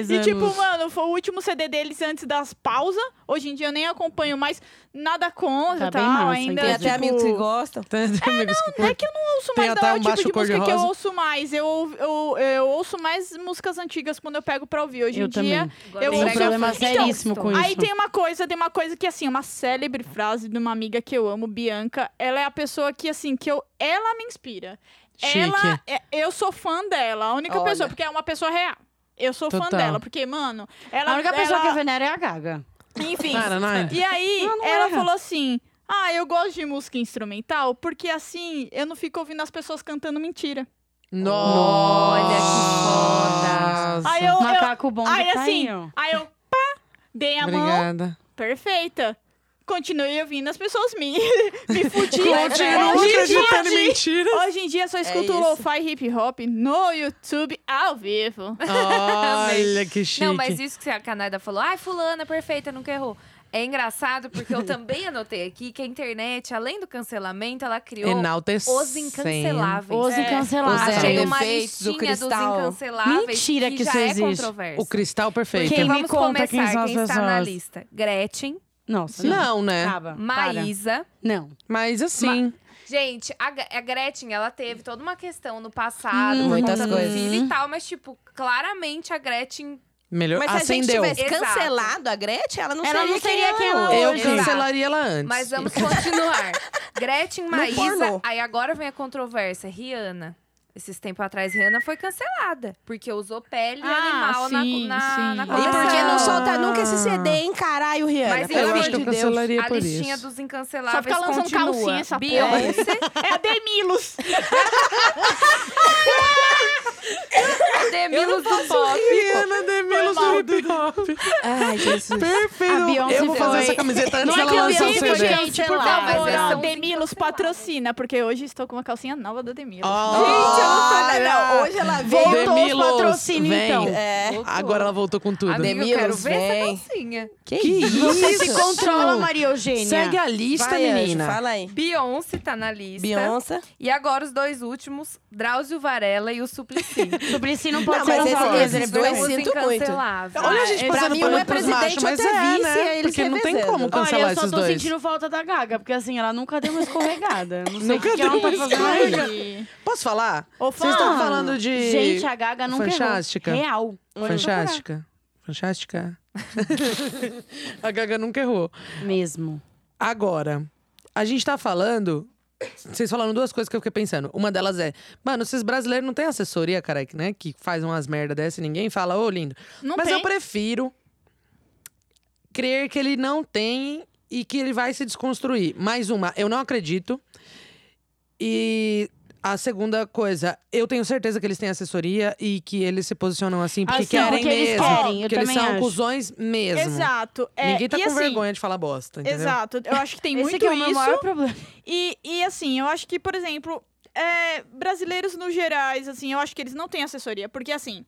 Speaker 2: existe? E tipo, mano, foi o último CD deles antes das pausas. Hoje em dia eu nem acompanho mais nada contra,
Speaker 6: Tá bem
Speaker 2: tal,
Speaker 6: massa,
Speaker 2: ainda.
Speaker 4: Tem
Speaker 6: entendi.
Speaker 4: até
Speaker 2: tipo,
Speaker 4: amigos que gostam.
Speaker 5: Tem amigos que
Speaker 2: Não
Speaker 5: curtem.
Speaker 2: é que eu não ouço
Speaker 5: Tem
Speaker 2: mais,
Speaker 5: até
Speaker 2: não é
Speaker 5: um
Speaker 2: o tipo
Speaker 5: baixo
Speaker 2: de música que eu
Speaker 5: cor-de-rosa.
Speaker 2: ouço mais. Eu, eu, eu ouço mais músicas antigas quando eu pego pra ouvir. Hoje em dia.
Speaker 1: Agora
Speaker 2: Eu
Speaker 1: tem
Speaker 2: ouço-
Speaker 6: um problema
Speaker 2: Então,
Speaker 6: seríssimo com isso.
Speaker 2: Aí tem uma coisa, tem uma coisa que, assim, uma célebre frase de uma amiga que eu amo, Bianca. Ela é a pessoa que, assim, que eu. Ela me inspira.
Speaker 5: Chique.
Speaker 2: Ela. é- Eu sou fã dela. A única
Speaker 4: Olha.
Speaker 2: pessoa, porque é uma pessoa real. Eu sou fã
Speaker 5: Total.
Speaker 2: dela, porque, mano, ela.
Speaker 6: A única pessoa
Speaker 2: ela-
Speaker 6: que eu venero é a Gaga.
Speaker 2: Enfim.
Speaker 5: Cara, não.
Speaker 2: E aí,
Speaker 6: Não, é. não
Speaker 2: ela
Speaker 6: erra.
Speaker 2: falou assim: Ah, eu gosto de música instrumental porque assim eu não fico ouvindo as pessoas cantando mentira.
Speaker 5: Nossa.
Speaker 1: Olha
Speaker 5: que
Speaker 2: Aí eu. eu
Speaker 6: Macaco bom tá
Speaker 2: aí
Speaker 6: de
Speaker 2: assim,
Speaker 6: tainho.
Speaker 2: aí eu. Pá, dei a mão,
Speaker 5: tá Obrigada.
Speaker 2: perfeita. Continuei ouvindo as pessoas me, me fudiam.
Speaker 5: Continua
Speaker 2: Hoje em
Speaker 5: acreditando em
Speaker 2: dia-
Speaker 5: mentiras.
Speaker 2: Hoje em dia só
Speaker 5: É
Speaker 2: escuto
Speaker 4: isso.
Speaker 2: lo-fi hip hop no YouTube ao vivo.
Speaker 5: Olha que chique.
Speaker 1: Não, mas isso que a Canada falou, ai, fulana, perfeita, nunca errou. É engraçado porque eu também anotei aqui que a internet, além do cancelamento, ela criou
Speaker 5: Enaltecendo.
Speaker 1: os incanceláveis.
Speaker 6: Os incanceláveis.
Speaker 1: Achei
Speaker 4: Os
Speaker 1: uma
Speaker 4: defeitos, o
Speaker 1: listinha dos
Speaker 4: cristal.
Speaker 1: incanceláveis
Speaker 6: Mentira
Speaker 1: que,
Speaker 6: que
Speaker 1: já
Speaker 6: isso
Speaker 1: é
Speaker 6: existe.
Speaker 1: controverso.
Speaker 5: O cristal perfeito.
Speaker 1: Porque
Speaker 6: Quem me
Speaker 1: vamos começar
Speaker 6: conta quem são as
Speaker 1: está na
Speaker 6: pessoas?
Speaker 1: lista. Gretchen,
Speaker 6: Nossa,
Speaker 5: Não, né?
Speaker 6: Acaba, para.
Speaker 1: Maísa.
Speaker 6: Não.
Speaker 5: Mas assim.
Speaker 1: Gente, a, G- a Gretchen, ela teve toda uma questão no passado, por
Speaker 4: Uhum. Muitas
Speaker 1: conta do
Speaker 4: coisas.
Speaker 1: filho e tal, mas, tipo, claramente a Gretchen
Speaker 5: Melhor.
Speaker 4: Mas se a gente
Speaker 5: Acendeu.
Speaker 4: tivesse
Speaker 1: Exato.
Speaker 4: cancelado a Gretchen, ela não
Speaker 6: Ela
Speaker 4: seria
Speaker 6: não seria
Speaker 4: quem
Speaker 6: quem
Speaker 4: ela
Speaker 6: ela
Speaker 4: é
Speaker 5: Eu
Speaker 4: hoje.
Speaker 1: Exato.
Speaker 5: cancelaria ela antes.
Speaker 1: Mas vamos continuar. Gretchen, Maísa.
Speaker 4: pornô.
Speaker 1: Aí agora vem a controvérsia. Rihanna. Esses tempos atrás, Rihanna foi cancelada. Porque usou pele
Speaker 2: Ah,
Speaker 1: animal
Speaker 2: sim,
Speaker 1: na, na,
Speaker 2: sim.
Speaker 1: na
Speaker 2: E
Speaker 4: é. E por que
Speaker 1: coleção.
Speaker 4: não solta nunca esse CD, hein, caralho, Rihanna?
Speaker 1: Mas
Speaker 4: Pelo
Speaker 1: eu
Speaker 4: amor
Speaker 1: acho que
Speaker 4: de
Speaker 5: eu
Speaker 4: Deus.
Speaker 5: cancelaria
Speaker 1: A
Speaker 5: por
Speaker 1: listinha
Speaker 5: isso.
Speaker 1: dos
Speaker 2: Só
Speaker 1: incanceláveis
Speaker 2: ficar lançando
Speaker 1: continua.
Speaker 2: calcinha essa
Speaker 1: Beyoncé.
Speaker 2: porra. É a Demilos.
Speaker 1: Demilos do pop.
Speaker 5: Rihanna Demilos do hip hop.
Speaker 4: Ai, Jesus.
Speaker 6: A
Speaker 5: Perfeito.
Speaker 6: Beyoncé
Speaker 5: Eu vou fazer
Speaker 6: foi-
Speaker 5: essa camiseta antes
Speaker 6: Não é
Speaker 5: dela
Speaker 6: que a
Speaker 5: lançar o
Speaker 6: Beyoncé foi
Speaker 5: CD.
Speaker 6: cancelada.
Speaker 2: Gente, por
Speaker 1: mas
Speaker 2: favor,
Speaker 5: é
Speaker 1: eles
Speaker 2: ó,
Speaker 5: um
Speaker 1: são
Speaker 2: Demilos patrocina, porque hoje estou com uma calcinha nova da Demilos.
Speaker 4: Gente, eu não tô
Speaker 5: Olha.
Speaker 4: não. Hoje ela veio.
Speaker 6: Voltou os
Speaker 5: Demilos,
Speaker 6: patrocínios,
Speaker 5: vem.
Speaker 6: é então.
Speaker 4: É.
Speaker 5: Agora ela voltou com tudo.
Speaker 1: Amigo, eu quero
Speaker 4: Demilos,
Speaker 1: ver essa
Speaker 4: vem.
Speaker 1: calcinha.
Speaker 4: Que
Speaker 6: Você
Speaker 5: Isso.
Speaker 6: se controla, Maria Eugênia.
Speaker 5: Segue a lista,
Speaker 4: Vai, Anjo,
Speaker 5: menina.
Speaker 4: Fala aí.
Speaker 1: Beyoncé tá na lista.
Speaker 4: Beyoncé.
Speaker 1: E agora os dois últimos, Drauzio Varela e o Suplicy.
Speaker 6: Sobre si não pode
Speaker 4: Não,
Speaker 6: ser
Speaker 4: mas
Speaker 6: lançado.
Speaker 4: esses- esses
Speaker 6: Ele
Speaker 4: dois
Speaker 1: Os
Speaker 6: foi-
Speaker 4: sinto muito.
Speaker 1: incanceláveis.
Speaker 5: Olha a gente
Speaker 2: Ah,
Speaker 5: passando
Speaker 4: pra mim,
Speaker 5: pano
Speaker 4: um é
Speaker 5: pros
Speaker 4: presidente,
Speaker 5: machos, mas
Speaker 4: outro é
Speaker 5: é,
Speaker 4: vice,
Speaker 5: né?
Speaker 4: aí eles
Speaker 5: Porque não tem
Speaker 4: revezando.
Speaker 5: como
Speaker 6: Olha,
Speaker 5: cancelar
Speaker 6: eu só
Speaker 5: esses
Speaker 6: tô
Speaker 5: dois.
Speaker 6: sentindo falta da Gaga, porque assim, ela nunca deu uma escorregada. Não sei
Speaker 5: Nunca
Speaker 6: o que que ela não tá
Speaker 5: deu é uma
Speaker 6: fazendo aí.
Speaker 5: escorregada. Posso falar?
Speaker 6: Ô,
Speaker 5: Vocês estão falando de...
Speaker 6: Gente, a Gaga nunca errou.
Speaker 5: Fantástica.
Speaker 6: Real.
Speaker 5: Fantástica. Fantástica. a Gaga nunca errou.
Speaker 6: Mesmo.
Speaker 5: Agora, a gente tá falando. Vocês falaram duas coisas que eu fiquei pensando. Uma delas é, mano, vocês brasileiros não têm assessoria, cara, que, né? Que faz umas merda dessa e ninguém fala, ô lindo.
Speaker 2: Não
Speaker 5: Mas
Speaker 2: tem.
Speaker 5: eu prefiro crer que ele não tem e que ele vai se desconstruir. Mais uma, eu não acredito. E a segunda coisa, eu tenho certeza que eles têm assessoria e que eles se posicionam assim porque
Speaker 6: Assim,
Speaker 5: querem
Speaker 6: porque eles um
Speaker 5: mesmo.
Speaker 6: querem, eu
Speaker 5: que eles
Speaker 6: também
Speaker 5: são
Speaker 6: acho.
Speaker 5: cuzões mesmo.
Speaker 2: Exato. É,
Speaker 5: Ninguém tá
Speaker 2: e
Speaker 5: com
Speaker 2: assim,
Speaker 5: vergonha de falar bosta, entendeu?
Speaker 2: Exato. Eu acho que tem
Speaker 6: Esse
Speaker 2: muito
Speaker 6: que é o meu
Speaker 2: isso.
Speaker 6: maior problema.
Speaker 2: E, e assim, eu acho que, por exemplo, é, brasileiros no gerais, assim, eu acho que eles não têm assessoria. Porque assim,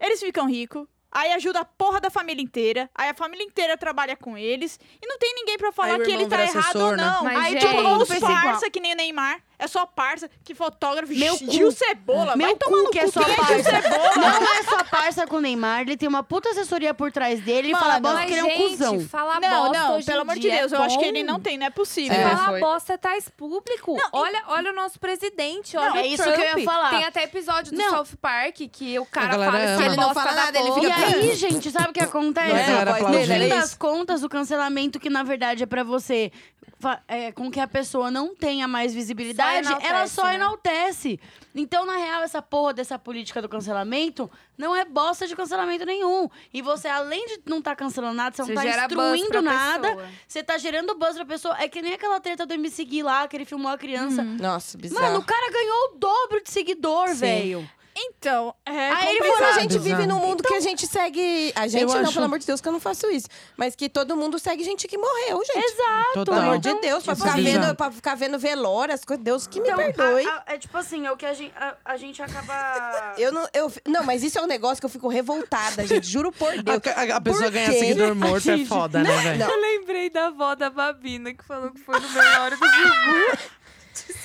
Speaker 2: eles ficam ricos, Aí ajuda a porra da família inteira. Aí a família inteira trabalha com eles. E não tem ninguém pra falar
Speaker 5: o
Speaker 2: que ele
Speaker 5: irmão
Speaker 2: tá
Speaker 5: vira
Speaker 2: errado ou
Speaker 5: assessor, né?
Speaker 2: não.
Speaker 1: Mas,
Speaker 2: aí
Speaker 1: gente,
Speaker 2: todo
Speaker 6: pensa
Speaker 2: mundo fez
Speaker 6: tipo assim, igual.
Speaker 2: parça que nem o Neymar. É só parça que fotógrafo.
Speaker 6: Meu
Speaker 2: Gil
Speaker 6: cu.
Speaker 2: Cebola.
Speaker 6: Meu
Speaker 2: vai tomar no
Speaker 6: cu que é
Speaker 2: cu.
Speaker 6: sua
Speaker 2: Quem Gil
Speaker 6: parça.
Speaker 2: Cebola?
Speaker 6: Não é só parça com o Neymar, ele tem uma puta assessoria por trás dele, ele fala
Speaker 2: Mano,
Speaker 6: bosta
Speaker 1: Mas,
Speaker 6: que ele é um
Speaker 1: gente,
Speaker 6: cuzão.
Speaker 1: falar
Speaker 2: Não,
Speaker 1: bosta
Speaker 2: não,
Speaker 1: hoje
Speaker 2: pelo
Speaker 1: em
Speaker 2: amor de
Speaker 1: dia é
Speaker 2: Deus, eu acho que ele
Speaker 1: bom.
Speaker 2: não tem, não é possível.
Speaker 5: É.
Speaker 1: Falar
Speaker 5: foi.
Speaker 1: bosta é tais público. olha, olha o nosso presidente, olha
Speaker 6: Não,
Speaker 1: o
Speaker 6: é isso
Speaker 1: Trump.
Speaker 6: que eu ia falar.
Speaker 1: Tem até episódio do
Speaker 6: Não.
Speaker 1: South Park que o cara
Speaker 5: galera
Speaker 1: fala
Speaker 5: ama.
Speaker 1: essa
Speaker 5: Ele
Speaker 4: não
Speaker 1: bosta
Speaker 4: fala
Speaker 1: da
Speaker 4: nada, ele
Speaker 1: boca.
Speaker 4: fica
Speaker 6: E aí, gente, sabe o que acontece?
Speaker 5: Não é aquela
Speaker 4: voz
Speaker 6: no
Speaker 5: aplaudindo,
Speaker 4: dele,
Speaker 6: fim
Speaker 4: era
Speaker 6: das
Speaker 4: isso?
Speaker 6: contas, o cancelamento que na verdade é pra você, fa- é, com que a pessoa não tenha mais visibilidade,
Speaker 1: Só enaltece,
Speaker 6: ela só
Speaker 1: né?
Speaker 6: enaltece. Então, na real, essa porra dessa política do cancelamento não é bosta de cancelamento nenhum. E você, além de não tá cancelando nada, você não
Speaker 1: Você
Speaker 6: tá
Speaker 1: gera buzz pra
Speaker 6: instruindo nada,
Speaker 1: pessoa.
Speaker 6: você tá gerando buzz pra pessoa. É que nem aquela treta do MC Gui lá, que ele filmou a criança.
Speaker 1: Hum.
Speaker 4: Nossa, bizarro.
Speaker 6: Mano, o cara ganhou o dobro de seguidor,
Speaker 4: Sim.
Speaker 6: velho.
Speaker 2: Então, é
Speaker 6: Aí ele
Speaker 4: Mas
Speaker 6: falou,
Speaker 4: a gente
Speaker 5: Exato.
Speaker 4: vive num mundo que a gente segue. A gente
Speaker 5: Eu
Speaker 4: não,
Speaker 5: acho-
Speaker 4: pelo amor de Deus, que eu não faço isso. Mas que todo mundo segue gente que morreu, gente.
Speaker 6: Exato.
Speaker 4: Pelo amor
Speaker 5: Total.
Speaker 4: de Deus, pra
Speaker 5: isso
Speaker 4: ficar,
Speaker 5: é bizarro.
Speaker 4: vendo, pra ficar vendo velório, as coisas. Deus que me
Speaker 6: Então,
Speaker 4: perdoe.
Speaker 6: a- a- é tipo assim, é o que a gente, a, a gente acaba.
Speaker 4: Eu não, eu, não, mas isso é um negócio que eu fico revoltada, gente. Juro por Deus.
Speaker 5: A, a- a pessoa
Speaker 4: Por
Speaker 5: ganhar
Speaker 4: quê?
Speaker 5: seguidor morto é foda, né, velho?
Speaker 4: Não.
Speaker 1: Eu lembrei da avó da Babina que falou que foi no velório do Gugu.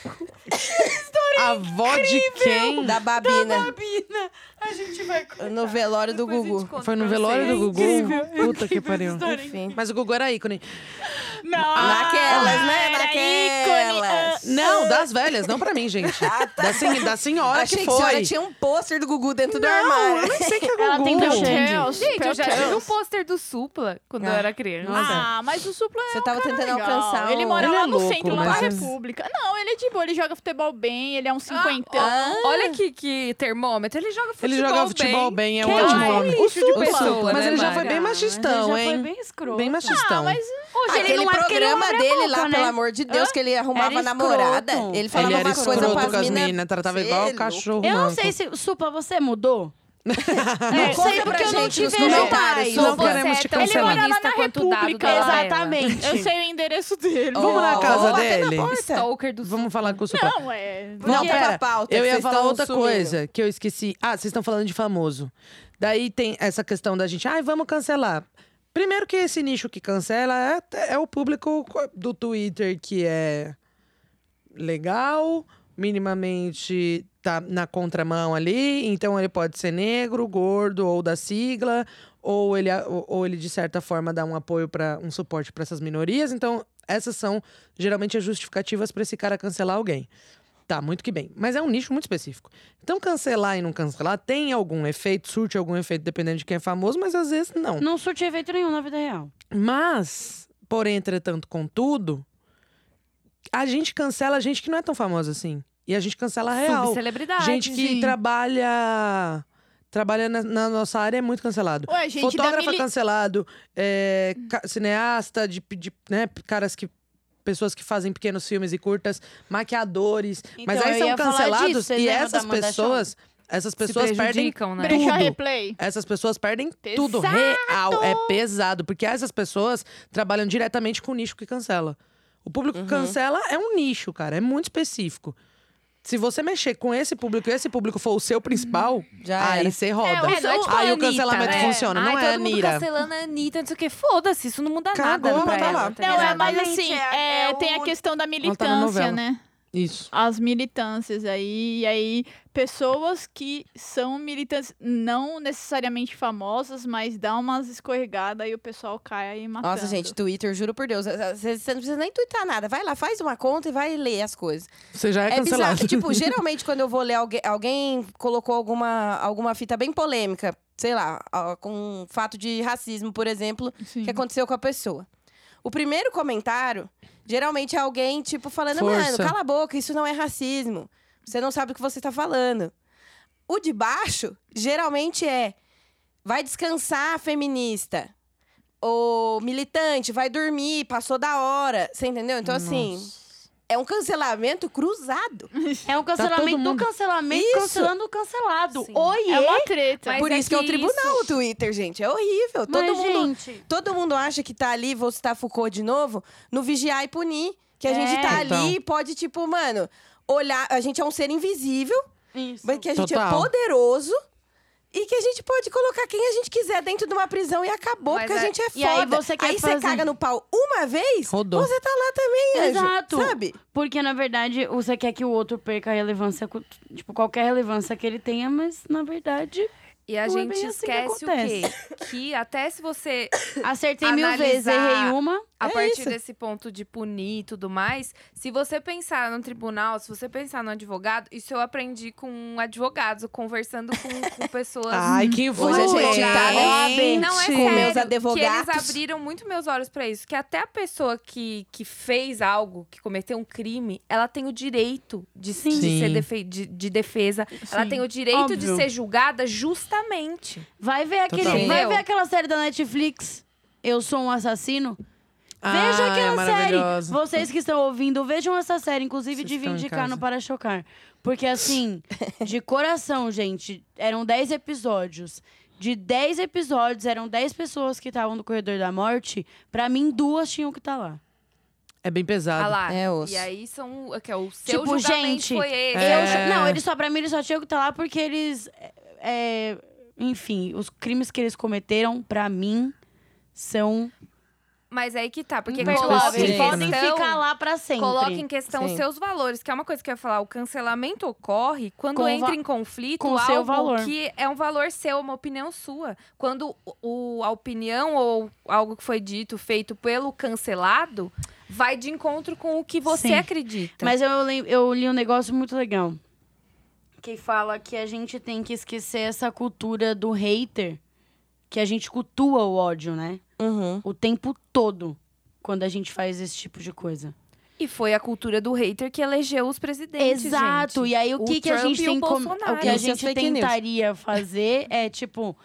Speaker 4: é
Speaker 5: A avó de quem?
Speaker 4: Da Babina,
Speaker 6: Bina, a gente vai.
Speaker 4: no velório do
Speaker 1: Depois a gente
Speaker 4: Gugu.
Speaker 1: conta
Speaker 5: Foi no
Speaker 1: pra
Speaker 5: velório
Speaker 1: vocês.
Speaker 4: é
Speaker 5: do Gugu? Puta que pariu.
Speaker 4: Enfim.
Speaker 5: Mas o Gugu era ícone.
Speaker 2: Não,
Speaker 4: Naquelas, né?
Speaker 2: era
Speaker 4: Naquelas.
Speaker 5: Não, das velhas, não pra mim, gente. Da, sen- da senhora
Speaker 4: Ah, tá. Achei
Speaker 5: que
Speaker 4: que,
Speaker 5: foi.
Speaker 4: a senhora tinha um pôster do Gugu dentro do armário.
Speaker 5: Eu sei que é
Speaker 6: Ela tem
Speaker 5: Gugu.
Speaker 6: cachê.
Speaker 2: Chelsea,
Speaker 1: Gente, eu já
Speaker 2: Chelsea.
Speaker 1: tive um pôster do Supla quando eu
Speaker 4: Ah.
Speaker 1: era criança.
Speaker 2: Ah, mas o Supla é
Speaker 4: Você
Speaker 2: um
Speaker 4: tava
Speaker 2: cara
Speaker 4: tentando
Speaker 2: legal.
Speaker 4: alcançar
Speaker 2: Ele
Speaker 4: um-
Speaker 2: mora
Speaker 5: Ele
Speaker 2: lá
Speaker 5: é
Speaker 2: no
Speaker 5: louco,
Speaker 2: centro, lá
Speaker 5: mas
Speaker 2: na
Speaker 5: é-
Speaker 2: República. Não, ele é de boa, ele joga futebol bem, ele é um cinquentão.
Speaker 4: Ah,
Speaker 1: Olha que, que termômetro. Ele joga
Speaker 4: um
Speaker 1: futebol
Speaker 5: Ele
Speaker 1: bem.
Speaker 5: joga futebol bem, é um
Speaker 1: Quem
Speaker 5: ótimo
Speaker 1: é
Speaker 5: homem.
Speaker 1: lixo de
Speaker 5: O
Speaker 1: pessoa,
Speaker 5: Supla, mas
Speaker 1: né,
Speaker 5: ele já foi
Speaker 1: Mari?
Speaker 5: bem
Speaker 1: Ah,
Speaker 5: machistão,
Speaker 6: já Foi
Speaker 5: hein?
Speaker 6: bem escroto.
Speaker 5: Bem
Speaker 2: Ah,
Speaker 5: machistão.
Speaker 2: mas
Speaker 6: Hoje ele
Speaker 4: Aquele
Speaker 6: não é porque ele não
Speaker 4: programa
Speaker 6: abre a
Speaker 4: dele
Speaker 6: boca,
Speaker 4: lá,
Speaker 6: né?
Speaker 4: pelo amor de Deus, que ele arrumava
Speaker 6: Era
Speaker 4: namorada.
Speaker 6: escroto.
Speaker 4: Ele falava
Speaker 5: Ele era
Speaker 4: umas coisas
Speaker 5: escroto com
Speaker 4: pras
Speaker 5: as
Speaker 4: meninas.
Speaker 5: meninas, tratava
Speaker 4: Cê
Speaker 5: igual
Speaker 4: é
Speaker 5: o cachorro
Speaker 6: Eu não
Speaker 5: manco.
Speaker 6: sei se. Supla, você mudou? é,
Speaker 4: conta
Speaker 6: sei
Speaker 4: pra
Speaker 6: porque eu não
Speaker 4: gente
Speaker 6: te
Speaker 4: nos
Speaker 6: vejo
Speaker 4: comentários.
Speaker 6: mais.
Speaker 5: Não
Speaker 1: Você
Speaker 5: queremos
Speaker 1: é
Speaker 5: te
Speaker 1: tão
Speaker 5: cancelar. tá
Speaker 1: feminista
Speaker 2: Ele mora lá
Speaker 1: quanto
Speaker 2: na
Speaker 1: o dado
Speaker 2: República,
Speaker 5: né?
Speaker 1: da Lela.
Speaker 6: Exatamente.
Speaker 2: eu sei o endereço dele.
Speaker 4: Ó,
Speaker 5: Vamos na casa
Speaker 4: ó, bateu na
Speaker 5: dele?
Speaker 4: porta.
Speaker 1: Stalker do
Speaker 5: Vamos falar com o Supla.
Speaker 2: Não, é.
Speaker 4: Não,
Speaker 6: Porque-
Speaker 4: pera, pauta.
Speaker 5: Eu
Speaker 4: que
Speaker 5: ia
Speaker 4: vocês
Speaker 5: falar
Speaker 4: tão
Speaker 5: outra
Speaker 4: sumindo.
Speaker 5: coisa que eu esqueci. Ah, vocês estão falando de famoso. Daí tem essa questão da gente, ai, vamos cancelar. Primeiro que esse nicho que cancela é, é o público co- do Twitter que é legal, minimamente tá na contramão ali, então ele pode ser negro, gordo ou da sigla, ou ele, a- ou, ou ele de certa forma dá um apoio para um suporte para essas minorias. Então, essas são geralmente as justificativas para esse cara cancelar alguém. Tá, muito que bem. Mas é um nicho muito específico. Então, cancelar e não cancelar tem algum efeito, surte algum efeito, dependendo de quem é famoso, mas às vezes não.
Speaker 6: Não surte efeito nenhum na vida real.
Speaker 5: Mas, porém, entretanto, contudo, a gente cancela gente que não é tão famosa assim. E a gente cancela a real.
Speaker 1: Subcelebridade.
Speaker 5: Gente que trabalha. Trabalha na, na nossa área é muito cancelado.
Speaker 2: Ué, gente,
Speaker 5: Fotógrafo
Speaker 2: da
Speaker 5: é
Speaker 2: mili...
Speaker 5: cancelado, é, ca- cineasta, de, de, né, caras que. Pessoas que fazem pequenos filmes e curtas, maquiadores. Mas
Speaker 6: Então,
Speaker 5: aí
Speaker 6: eu
Speaker 5: são
Speaker 6: ia falar disso,
Speaker 5: cancelados
Speaker 6: vocês
Speaker 5: e
Speaker 6: lembram da
Speaker 5: essas
Speaker 6: Amanda
Speaker 5: pessoas. Essas
Speaker 1: se
Speaker 5: pessoas perdem
Speaker 1: prejudicam, né?
Speaker 2: Brecha
Speaker 5: tudo.
Speaker 2: replay.
Speaker 5: essas pessoas perdem tudo real. É pesado. Porque essas pessoas trabalham diretamente com o nicho que cancela. O público
Speaker 4: Uhum.
Speaker 5: que cancela é um nicho, cara. É muito específico. Se você mexer com esse público e esse público for o seu principal,
Speaker 4: Uhum.
Speaker 6: Ah,
Speaker 4: Já
Speaker 5: aí
Speaker 4: era.
Speaker 5: você roda.
Speaker 1: É, ué, não é tipo
Speaker 5: aí
Speaker 1: a
Speaker 5: o
Speaker 1: Anitta,
Speaker 5: cancelamento
Speaker 1: né?
Speaker 5: funciona.
Speaker 1: Ai,
Speaker 5: não é
Speaker 1: todo
Speaker 5: a
Speaker 1: mundo
Speaker 5: Nira.
Speaker 1: cancelando a Anitta, não sei o quê. Foda-se, isso não muda
Speaker 5: Cagou,
Speaker 1: nada pra
Speaker 5: mas tá
Speaker 1: ela.
Speaker 5: lá.
Speaker 1: tá
Speaker 2: Não, é,
Speaker 1: ligado?
Speaker 2: mas
Speaker 6: Exatamente,
Speaker 2: assim,
Speaker 6: é-
Speaker 2: é,
Speaker 6: é
Speaker 2: tem a
Speaker 6: o-
Speaker 2: questão da
Speaker 5: Ela tá na
Speaker 2: militância,
Speaker 5: novela.
Speaker 2: né?
Speaker 5: Isso.
Speaker 2: As militâncias aí, e aí, pessoas que são militantes, não necessariamente famosas, mas dá umas escorregadas e o pessoal cai aí matando.
Speaker 4: Nossa, gente, Twitter, juro por Deus. Você você não precisa nem twittar nada. Vai lá, faz uma conta e vai ler as coisas.
Speaker 5: Você já é,
Speaker 4: É, bizarro
Speaker 5: cancelado.
Speaker 4: que, tipo, geralmente quando eu vou ler alguém, alguém colocou alguma, alguma fita bem polêmica, sei lá, ó, com um fato de racismo, por exemplo,
Speaker 2: Sim.
Speaker 4: que aconteceu com a pessoa. O primeiro comentário, geralmente é alguém, tipo, falando, mano,
Speaker 5: Força.
Speaker 4: cala a boca, isso não é racismo. Você não sabe o que você tá falando. O de baixo, geralmente é, vai descansar, feminista. Ou militante, vai dormir, passou da hora. Você entendeu? Então, assim, é um cancelamento cruzado.
Speaker 6: É um
Speaker 5: Tá todo
Speaker 6: cancelamento
Speaker 5: mundo-
Speaker 6: do cancelamento,
Speaker 4: Isso.
Speaker 6: cancelando o cancelado.
Speaker 1: Sim.
Speaker 6: Oiê!
Speaker 2: É uma treta.
Speaker 1: Mas
Speaker 4: Por
Speaker 1: é
Speaker 4: isso que é o
Speaker 1: que
Speaker 4: tribunal
Speaker 1: isso-
Speaker 4: o Twitter, gente. É horrível.
Speaker 5: Tá
Speaker 4: Todo,
Speaker 6: Mas,
Speaker 4: mundo,
Speaker 6: gente,
Speaker 4: todo mundo acha que tá ali, vou citar Foucault de novo, no vigiar e punir. Que a
Speaker 6: É.
Speaker 4: gente tá
Speaker 5: Total.
Speaker 4: ali e pode, tipo, mano, olhar. A gente é um ser invisível,
Speaker 6: isso.
Speaker 4: mas que a gente
Speaker 5: Total.
Speaker 4: é poderoso. E que a gente pode colocar quem a gente quiser dentro de uma prisão e acabou,
Speaker 1: Mas
Speaker 4: porque a
Speaker 1: é-
Speaker 4: gente é foda.
Speaker 6: e aí você quer
Speaker 4: Aí
Speaker 6: fazer-
Speaker 4: caga no pau uma vez,
Speaker 5: Rodou.
Speaker 4: você tá lá também, anjo.
Speaker 6: Exato.
Speaker 4: Sabe?
Speaker 6: Porque, na verdade, você quer que o outro perca a relevância, cu- tipo, qualquer relevância que ele tenha, mas, na verdade,
Speaker 1: E a
Speaker 6: Não é
Speaker 1: gente
Speaker 6: bem assim que
Speaker 1: esquece o quê? Que até se você,
Speaker 6: acertei mil
Speaker 1: Analisar-
Speaker 6: vezes, errei uma.
Speaker 1: a
Speaker 4: É
Speaker 1: partir
Speaker 4: isso.
Speaker 1: desse ponto de punir e tudo mais, se você pensar no tribunal, se você pensar no advogado, isso eu aprendi com advogados, conversando com, com pessoas.
Speaker 5: Ai, que
Speaker 4: assim, Hoje a gente tá
Speaker 5: influente.
Speaker 4: bem
Speaker 1: Não é
Speaker 4: com
Speaker 1: sério,
Speaker 4: meus
Speaker 1: Que eles
Speaker 4: advogados.
Speaker 1: abriram muito meus olhos pra isso. Que até a pessoa que, que fez algo, que cometeu um crime, ela tem o direito de, de
Speaker 5: Sim.
Speaker 1: ser defe- de, de defesa. Ela
Speaker 6: Sim.
Speaker 1: tem o direito
Speaker 6: Óbvio.
Speaker 1: de ser julgada justamente.
Speaker 6: Vai ver, aquele,
Speaker 5: Total.
Speaker 6: vai
Speaker 1: Entendeu?
Speaker 6: ver aquela série da Netflix, Eu Sou um Assassino. Veja
Speaker 5: Ah, é
Speaker 6: aquela série.
Speaker 5: maravilhosa.
Speaker 6: Vocês que estão ouvindo, vejam essa série, inclusive
Speaker 5: Vocês
Speaker 6: de
Speaker 5: estão em
Speaker 6: Vindicar no
Speaker 5: casa.
Speaker 6: Para Chocar. Porque, assim, de coração, gente, eram 10 episódios. De 10 episódios, eram 10 pessoas que estavam no corredor da morte. Pra mim, duas tinham que estar lá.
Speaker 5: É bem
Speaker 1: Ah
Speaker 5: pesado.
Speaker 1: lá.
Speaker 4: É osso.
Speaker 1: E
Speaker 4: é,
Speaker 1: aí são. o- Que é o seu
Speaker 6: tipo,
Speaker 1: julgamento
Speaker 6: gente,
Speaker 1: foi esse.
Speaker 6: eu já- não, eles só, pra mim, eles só tinham que estar lá porque eles. é, enfim, os crimes que eles cometeram, pra mim, são
Speaker 1: Mas aí que tá, porque
Speaker 6: Porque
Speaker 1: coloca
Speaker 6: coloquem,
Speaker 1: em
Speaker 5: específico,
Speaker 6: podem
Speaker 1: questão.
Speaker 6: ficar lá pra sempre.
Speaker 1: Coloca em questão os
Speaker 4: Sim.
Speaker 1: seus valores, que é uma coisa que eu ia falar. O cancelamento ocorre quando
Speaker 6: Com o
Speaker 1: entra
Speaker 6: va-
Speaker 1: em conflito
Speaker 6: com o
Speaker 1: algo
Speaker 6: seu valor.
Speaker 1: que é um valor seu, uma opinião sua. Quando o, o- a opinião ou algo que foi dito, feito pelo cancelado, vai de encontro com o que você
Speaker 6: Sim.
Speaker 1: acredita.
Speaker 6: Mas eu, lem- eu li um negócio muito legal. Que fala que a gente tem que esquecer essa cultura do hater. Que a gente cultua o ódio, né?
Speaker 4: Uhum.
Speaker 6: O tempo todo. Quando a gente faz esse tipo de coisa.
Speaker 1: E foi a cultura do hater que elegeu os presidentes.
Speaker 6: Exato.
Speaker 1: gente.
Speaker 6: E aí o,
Speaker 1: O
Speaker 6: que, que a
Speaker 1: Trump
Speaker 6: gente
Speaker 1: e
Speaker 6: tem
Speaker 1: o
Speaker 6: como.
Speaker 1: Bolsonaro.
Speaker 6: O que a
Speaker 4: E suas
Speaker 6: gente
Speaker 4: é fake news.
Speaker 6: tentaria fazer é, tipo,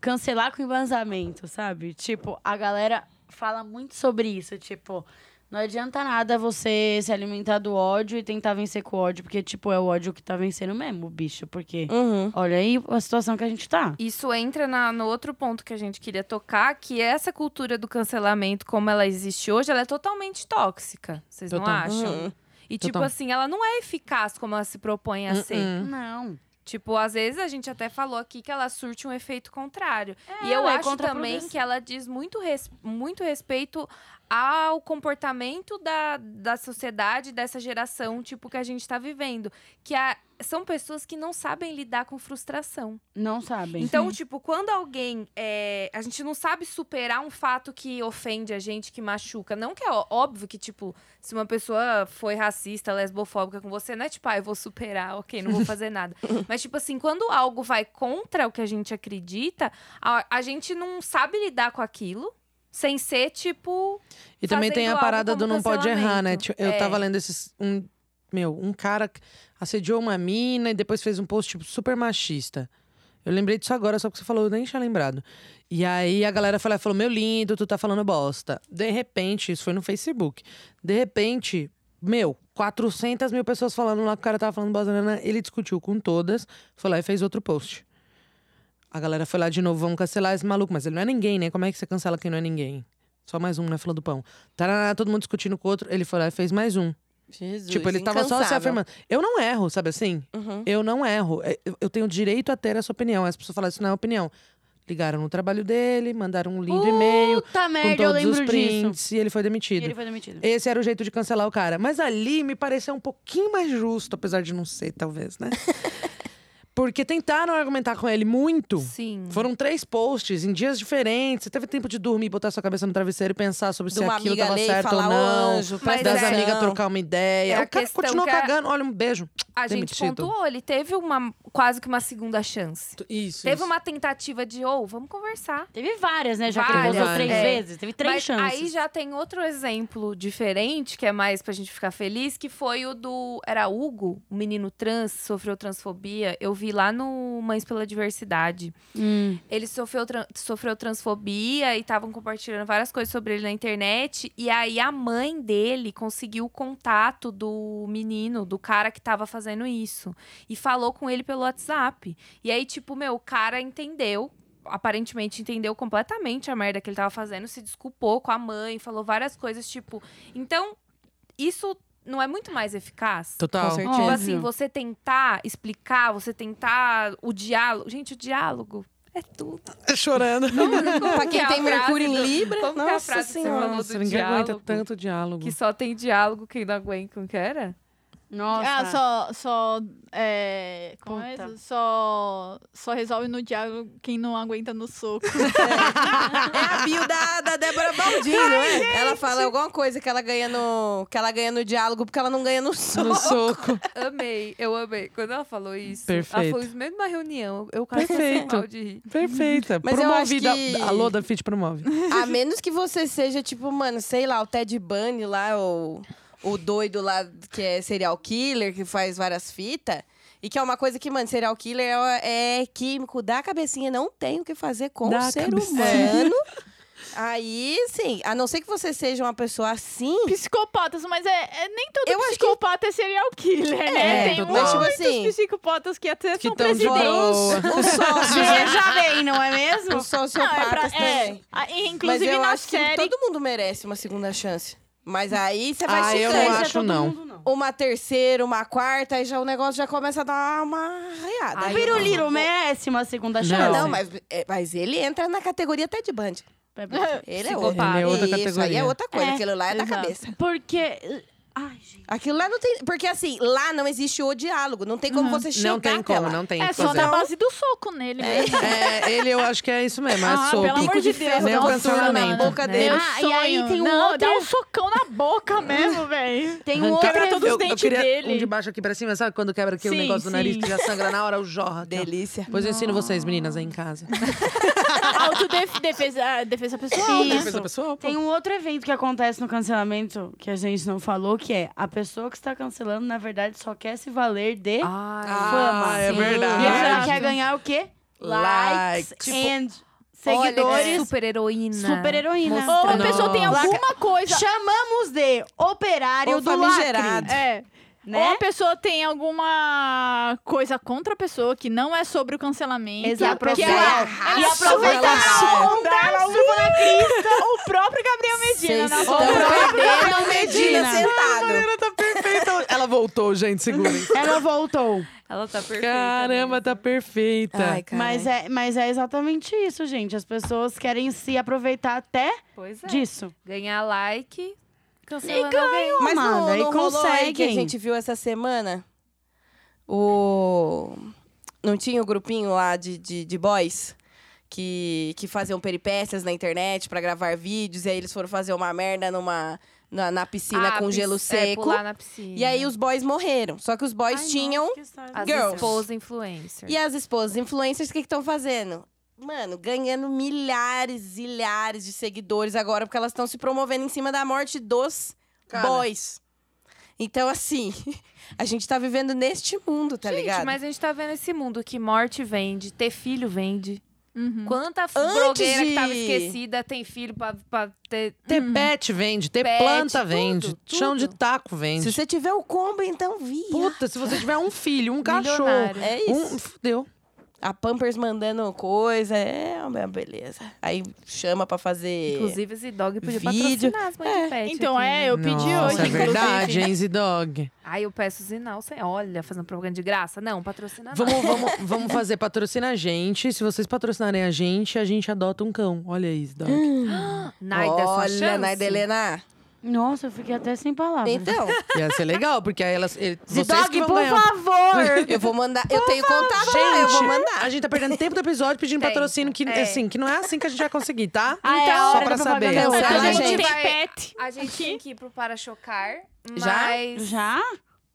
Speaker 6: cancelar com embasamento, sabe? Tipo, a galera fala muito sobre isso. Tipo, não adianta nada você se alimentar do ódio e tentar vencer com o ódio, porque, tipo, é o ódio que tá vencendo mesmo, bicho. Porque,
Speaker 4: Uhum.
Speaker 6: olha aí a situação que a gente tá.
Speaker 1: Isso entra na- no outro ponto que a gente queria tocar, que é essa cultura do cancelamento, como ela existe hoje, ela é totalmente tóxica. Vocês não
Speaker 5: Total.
Speaker 1: acham?
Speaker 4: Uhum.
Speaker 1: E, tipo
Speaker 5: Total.
Speaker 1: assim, ela não é eficaz como ela se propõe a ser.
Speaker 5: Hum.
Speaker 6: Não.
Speaker 1: Tipo, às vezes a gente até falou aqui que ela surte um efeito contrário. e eu
Speaker 6: ela é
Speaker 1: acho também
Speaker 6: contraproducente.
Speaker 1: que ela diz muito, res- muito respeito ao comportamento da, da sociedade, dessa geração, tipo, que a gente tá vivendo. Que a- são pessoas que não sabem lidar com frustração.
Speaker 6: Não sabem.
Speaker 1: Então, tipo, quando alguém. é, a gente não sabe superar um fato que ofende a gente, que machuca. Não que é ó- óbvio que, tipo, se uma pessoa foi racista, lesbofóbica com você, não é tipo, ah, eu vou superar, ok, não vou fazer nada. Mas, tipo assim, quando algo vai contra o que a gente acredita, a, a gente não sabe lidar com aquilo. Sem ser, tipo.
Speaker 5: E também tem
Speaker 1: fazendo
Speaker 5: a
Speaker 1: algo
Speaker 5: parada do
Speaker 1: como
Speaker 5: não pode errar, né?
Speaker 1: cancelamento.
Speaker 5: Tipo, eu
Speaker 1: É.
Speaker 5: tava lendo esses. Um, meu, um cara que assediou uma mina e depois fez um post tipo, super machista. Eu lembrei disso agora, só que você falou, eu nem tinha lembrado. E aí a galera falou, falou: Meu lindo, tu tá falando bosta. De repente, isso foi no Facebook. De repente, meu, 400 mil pessoas falando lá que o cara tava falando bosta. né, né. Ele discutiu com todas, foi lá e fez outro post. A galera foi lá de novo, vamos cancelar esse maluco. Mas ele não é ninguém, né? Como é que você cancela quem não é ninguém? Só mais um, né? Fila do pão. Tarará, todo mundo discutindo com o outro. Ele foi lá e fez mais um.
Speaker 4: Jesus,
Speaker 5: tipo, ele tava só se
Speaker 4: incansável.
Speaker 5: afirmando. Eu não erro, sabe assim?
Speaker 4: Uhum.
Speaker 5: Eu não erro. É, eu- Eu tenho direito a ter essa opinião. As pessoas falam, isso não é opinião. Ligaram no trabalho dele, mandaram um lindo e-mail
Speaker 6: Puta
Speaker 5: com
Speaker 6: merda, Uh, é, eu
Speaker 5: todos os
Speaker 6: lembro
Speaker 5: prints
Speaker 6: disso.
Speaker 5: e ele foi
Speaker 6: E
Speaker 5: demitido.
Speaker 6: ele foi demitido.
Speaker 5: Esse era o jeito de cancelar o cara. Mas ali me pareceu um pouquinho mais justo, apesar de não ser, talvez, né? Porque tentaram argumentar com ele muito.
Speaker 1: Sim.
Speaker 5: Foram três posts em dias diferentes. Você teve tempo de dormir, botar sua cabeça no travesseiro e pensar sobre
Speaker 4: De
Speaker 5: se
Speaker 4: uma
Speaker 5: aquilo
Speaker 4: amiga
Speaker 5: tava
Speaker 4: ler e
Speaker 5: certo
Speaker 4: falar,
Speaker 5: ou não.
Speaker 4: "Ô, anjo,
Speaker 1: Mas
Speaker 5: das
Speaker 1: é-
Speaker 5: amigas trocar uma ideia.
Speaker 1: É a
Speaker 5: o cara
Speaker 1: questão
Speaker 5: continuou
Speaker 1: que a-
Speaker 5: cagando. Olha, um beijo.
Speaker 1: A gente
Speaker 5: Demitido.
Speaker 1: pontuou, ele teve uma quase que uma segunda chance.
Speaker 5: Isso.
Speaker 1: teve uma tentativa de, ou, vamos conversar.
Speaker 6: Teve várias, né? Já que
Speaker 1: Várias,
Speaker 6: ele voltou três
Speaker 1: é.
Speaker 6: vezes. Teve três
Speaker 1: Mas
Speaker 6: chances.
Speaker 1: aí já tem outro exemplo diferente, que é mais pra gente ficar feliz, que foi o do. Era Hugo, um menino trans, sofreu transfobia. Eu vi lá no Mães pela Diversidade.
Speaker 6: Hum.
Speaker 1: Ele sofreu, tran- sofreu transfobia e estavam compartilhando várias coisas sobre ele na internet. E aí a mãe dele conseguiu o contato do menino, do cara que tava fazendo isso. E falou com ele pelo WhatsApp. E aí, tipo, meu, o cara entendeu. Aparentemente entendeu completamente a merda que ele tava fazendo, se desculpou com a mãe, falou várias coisas, tipo. Então, isso não é muito mais eficaz?
Speaker 5: Total.
Speaker 4: Com certeza.
Speaker 1: Tipo
Speaker 6: Óbvio.
Speaker 1: assim, você tentar explicar, você tentar o diálogo. Gente, o diálogo é tudo.
Speaker 5: Chorando.
Speaker 4: Pra
Speaker 1: que é
Speaker 4: quem
Speaker 1: a
Speaker 4: tem Mercúrio
Speaker 1: frase
Speaker 4: em
Speaker 1: do-
Speaker 4: Libra,
Speaker 1: Como que é a
Speaker 4: nossa
Speaker 1: frase que você
Speaker 4: senhora.
Speaker 1: falou
Speaker 5: Nossa,
Speaker 1: do
Speaker 5: ninguém aguenta
Speaker 1: diálogo?
Speaker 5: tanto diálogo.
Speaker 1: Que só tem diálogo quem não aguenta. Como que era?
Speaker 6: Nossa.
Speaker 2: Ah, só. Só. É, como é
Speaker 6: Puta.
Speaker 2: isso? Só. Só resolve no diálogo quem não aguenta no soco.
Speaker 4: É a bio da, da Débora Baldini, não é? Ela fala alguma coisa que ela ganha no que ela ganha no diálogo porque ela não ganha no som.
Speaker 5: No soco.
Speaker 1: Amei, eu amei. Quando ela falou isso, ela
Speaker 5: Perfeito.
Speaker 1: falou isso mesmo na reunião. Eu quase passei
Speaker 5: Perfeito.
Speaker 1: mal de rir.
Speaker 5: Perfeita.
Speaker 4: Mas eu acho
Speaker 5: Promovida.
Speaker 4: que-
Speaker 5: Alô, da Fit promove.
Speaker 4: A menos que você seja tipo, mano, sei lá, o Ted Bundy lá ou o doido lá que é serial killer, que faz várias fitas. E que é uma coisa que, mano, serial killer é, é químico da cabecinha, não tem o que fazer com
Speaker 5: Da
Speaker 4: o ser
Speaker 5: cabecinha.
Speaker 4: humano. Aí, sim, a não ser que você seja uma pessoa assim,
Speaker 2: Psicopatas, mas é, é nem todo
Speaker 4: Eu acho que-
Speaker 2: psicopata é serial killer, né?
Speaker 5: É,
Speaker 2: Tem
Speaker 5: total.
Speaker 2: muitos
Speaker 4: Mas, tipo assim,
Speaker 2: psicopatas que até
Speaker 5: que
Speaker 2: são
Speaker 5: tão de
Speaker 2: presidentes.
Speaker 5: boa.
Speaker 4: os sócios,
Speaker 6: Veja bem, não é mesmo?
Speaker 4: os
Speaker 2: Não, é pra,
Speaker 4: sociopatas
Speaker 2: é,
Speaker 4: também.
Speaker 2: a- e
Speaker 4: Mas
Speaker 2: inclusive
Speaker 4: eu
Speaker 2: na
Speaker 4: acho que
Speaker 2: série.
Speaker 4: todo mundo merece uma segunda chance. Mas aí você vai
Speaker 5: Ah, eu
Speaker 4: chiclete.
Speaker 5: não acho, não.
Speaker 4: Uma terceira, uma quarta, aí já o negócio já começa a dar uma arreada.
Speaker 6: O Piruliro merece uma segunda
Speaker 4: Ah,
Speaker 6: chance.
Speaker 4: não, mas, é, mas ele entra na categoria Ted Bundy. Ele é outro.
Speaker 1: Psicopata. Ele
Speaker 5: é outra
Speaker 4: Isso aí
Speaker 5: categoria.
Speaker 4: é outra coisa.
Speaker 6: É,
Speaker 4: Aquilo lá é da
Speaker 2: exato.
Speaker 4: cabeça.
Speaker 6: Porque. Ai, gente.
Speaker 4: Aquilo lá não tem. Porque assim, lá não existe o diálogo. Não tem como você chegar
Speaker 5: Não tem
Speaker 4: até
Speaker 5: como,
Speaker 4: lá.
Speaker 5: não tem o
Speaker 2: É
Speaker 5: que
Speaker 2: só
Speaker 5: fazer.
Speaker 2: na base do soco nele né? mesmo.
Speaker 5: É, ele eu acho que é isso mesmo. É
Speaker 2: Ah,
Speaker 5: soco.
Speaker 2: pelo amor de
Speaker 5: Nem
Speaker 2: Deus, dá
Speaker 5: o
Speaker 2: um soco
Speaker 5: cancelamento.
Speaker 4: na boca
Speaker 5: né?
Speaker 4: dele.
Speaker 2: Meu
Speaker 6: Ah, e aí
Speaker 2: sonho.
Speaker 6: tem um
Speaker 2: Não,
Speaker 6: outro-
Speaker 2: dá um socão na boca mesmo, velho.
Speaker 6: Tem um
Speaker 5: Arrancar-
Speaker 6: outro.
Speaker 2: Quebra todos os
Speaker 5: Eu- eu
Speaker 2: dentes
Speaker 5: queria
Speaker 2: dele.
Speaker 5: Um de baixo aqui pra cima, sabe? Quando quebra aqui o
Speaker 2: Sim,
Speaker 5: negócio do nariz
Speaker 2: sim.
Speaker 5: que já sangra na hora, o jorra. aqui, ó.
Speaker 4: Delícia.
Speaker 5: Depois eu ensino vocês, meninas, aí em casa.
Speaker 2: Autodefesa ah, defesa pessoal, né?
Speaker 5: Defesa pessoal, pô.
Speaker 6: Tem um outro evento que acontece no cancelamento que a gente não falou, que é a pessoa que está cancelando, na verdade, só quer se valer de
Speaker 5: Ah, é verdade.
Speaker 6: E ela
Speaker 2: Exato.
Speaker 6: quer ganhar o quê?
Speaker 4: Likes.
Speaker 6: Likes
Speaker 4: Tipo,
Speaker 6: and
Speaker 1: Olha,
Speaker 6: seguidores.
Speaker 1: super heroína.
Speaker 6: Super heroína.
Speaker 2: Ou a
Speaker 5: Nossa.
Speaker 2: pessoa tem alguma coisa.
Speaker 6: Chamamos de operário
Speaker 4: Ou
Speaker 6: do lacre.
Speaker 4: famigerado.
Speaker 2: É.
Speaker 6: Né?
Speaker 2: Ou a pessoa tem alguma coisa contra a pessoa que não é sobre o cancelamento.
Speaker 6: Exato. é
Speaker 2: Que
Speaker 6: Ela
Speaker 2: ela,
Speaker 4: arrasa,
Speaker 2: ela aproveita
Speaker 4: ela
Speaker 2: a
Speaker 4: arrasa.
Speaker 2: onda, ela usa na crista. o próprio Gabriel Medina.
Speaker 4: Vocês
Speaker 2: na
Speaker 4: estão
Speaker 2: sombra.
Speaker 4: perdendo o Medina
Speaker 6: Medina.
Speaker 4: sentado.
Speaker 5: Ela tá perfeita. Ela voltou, gente, segurem.
Speaker 6: Ela voltou.
Speaker 1: Ela tá perfeita.
Speaker 5: Caramba, tá perfeita.
Speaker 4: Ai, cara.
Speaker 6: Mas é, mas é exatamente isso, gente. As pessoas querem se aproveitar até
Speaker 1: Pois é.
Speaker 6: disso.
Speaker 1: Ganhar like, cancelando alguém.
Speaker 4: Mas não,
Speaker 6: Amanda, e
Speaker 4: não rolou aí que a
Speaker 6: conseguem.
Speaker 4: gente viu essa semana? O... Não tinha o grupinho lá de, de, de boys? Que, que faziam peripécias na internet pra gravar vídeos. E aí eles foram fazer uma merda numa, na, na piscina
Speaker 1: Ah,
Speaker 4: com
Speaker 1: pis-
Speaker 4: gelo
Speaker 1: é,
Speaker 4: seco.
Speaker 1: pular na piscina.
Speaker 4: e aí os boys morreram. Só que os boys
Speaker 6: Ai,
Speaker 4: tinham...
Speaker 6: nossa, que história.
Speaker 1: As
Speaker 4: girls.
Speaker 1: esposas influencers.
Speaker 4: E as esposas influencers, o que estão fazendo? Mano, ganhando milhares, milhares de seguidores agora, porque elas estão se promovendo em cima da morte dos
Speaker 5: Cara.
Speaker 4: boys. Então, assim, a gente tá vivendo neste mundo, tá
Speaker 1: gente,
Speaker 4: ligado?
Speaker 1: mas a gente tá vendo esse mundo que morte vende, ter filho vende.
Speaker 2: Uhum.
Speaker 1: Quanta f-
Speaker 4: Antes
Speaker 1: blogueira que tava
Speaker 4: de-
Speaker 1: esquecida tem filho pra, pra ter.
Speaker 5: Ter pet vende, ter
Speaker 1: Pet,
Speaker 5: planta
Speaker 1: tudo,
Speaker 5: vende,
Speaker 1: tudo.
Speaker 5: chão de taco vende.
Speaker 4: Se você tiver o combo, então via.
Speaker 5: Puta, se você tiver um filho, um cachorro,
Speaker 1: Milionário.
Speaker 4: É isso.
Speaker 5: um fudeu.
Speaker 4: A Pampers mandando coisa, é uma beleza. Aí chama pra fazer.
Speaker 1: Inclusive, esse dog podia
Speaker 4: É. Vídeo.
Speaker 1: patrocinar as mães de pet.
Speaker 2: Então
Speaker 1: aqui, né?
Speaker 2: é, eu pedi
Speaker 5: Nossa,
Speaker 2: hoje,
Speaker 5: é verdade,
Speaker 2: inclusive.
Speaker 5: hein, Zidog?
Speaker 1: Aí eu peço Zinal, você olha, fazendo propaganda de graça. Não, patrocina não.
Speaker 5: Vamos, vamos, vamos fazer, patrocina a gente. Se vocês patrocinarem a gente, a gente adota um cão. Olha aí, Zidog.
Speaker 1: Naida, é sua
Speaker 4: Olha,
Speaker 1: chance. Tá
Speaker 4: Naida Helena.
Speaker 6: Nossa, eu fiquei até sem palavras.
Speaker 4: Então,
Speaker 5: Ia ser legal, porque aí elas. ele- vocês que
Speaker 6: Zidog,
Speaker 5: vão
Speaker 6: por
Speaker 5: ganhar.
Speaker 6: favor! tá
Speaker 4: eu vou mandar. Eu tenho contato lá, eu vou
Speaker 5: Gente,
Speaker 4: mandar.
Speaker 5: a gente tá perdendo tempo do episódio pedindo
Speaker 1: Tempo,
Speaker 5: patrocínio, que,
Speaker 1: é.
Speaker 5: assim, que não é assim que a gente vai conseguir, tá?
Speaker 6: Ah, é a
Speaker 5: Só
Speaker 6: hora
Speaker 5: pra
Speaker 6: da
Speaker 5: saber.
Speaker 6: propaganda.
Speaker 4: Cancela,
Speaker 2: Todo
Speaker 1: a
Speaker 2: mundo
Speaker 1: gente.
Speaker 2: tem
Speaker 1: Vai-
Speaker 2: pet.
Speaker 1: A gente tem que ir pro Para Chocar,
Speaker 4: Já?
Speaker 1: mas...
Speaker 6: Já?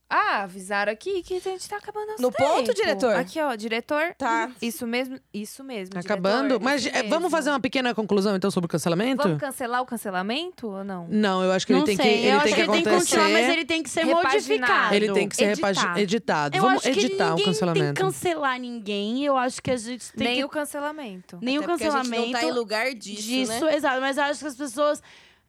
Speaker 1: Ah, avisaram aqui que a gente tá acabando nosso
Speaker 4: No ponto,
Speaker 1: tempo.
Speaker 4: diretor?
Speaker 1: Aqui, ó, diretor.
Speaker 4: Tá.
Speaker 1: Isso mesmo, isso mesmo,
Speaker 5: Acabando.
Speaker 1: diretor,
Speaker 5: Mas
Speaker 1: isso
Speaker 5: é, vamos
Speaker 1: mesmo.
Speaker 5: fazer
Speaker 4: um
Speaker 5: uma pequena conclusão, então, sobre o cancelamento?
Speaker 1: Vamos cancelar o cancelamento ou não?
Speaker 5: Não, eu acho que
Speaker 6: não
Speaker 5: ele tem
Speaker 6: sei.
Speaker 5: que,
Speaker 6: eu
Speaker 5: ele
Speaker 6: acho
Speaker 5: tem que
Speaker 6: que ele tem que
Speaker 5: acontecer.
Speaker 6: continuar, mas ele tem que ser
Speaker 1: Repaginado.
Speaker 6: modificado.
Speaker 5: Ele tem que ser
Speaker 1: Editar.
Speaker 5: repagi- editado.
Speaker 6: Eu
Speaker 5: Vamos
Speaker 6: acho que
Speaker 5: editar o
Speaker 6: ninguém tem que
Speaker 5: cancelamento.
Speaker 6: cancelar ninguém. Eu acho que a gente tem
Speaker 1: Nem
Speaker 6: que...
Speaker 1: o cancelamento.
Speaker 6: Nem o
Speaker 4: Até porque
Speaker 6: cancelamento
Speaker 4: A gente não tá em lugar disso, né?
Speaker 6: exato. Mas eu acho que as pessoas...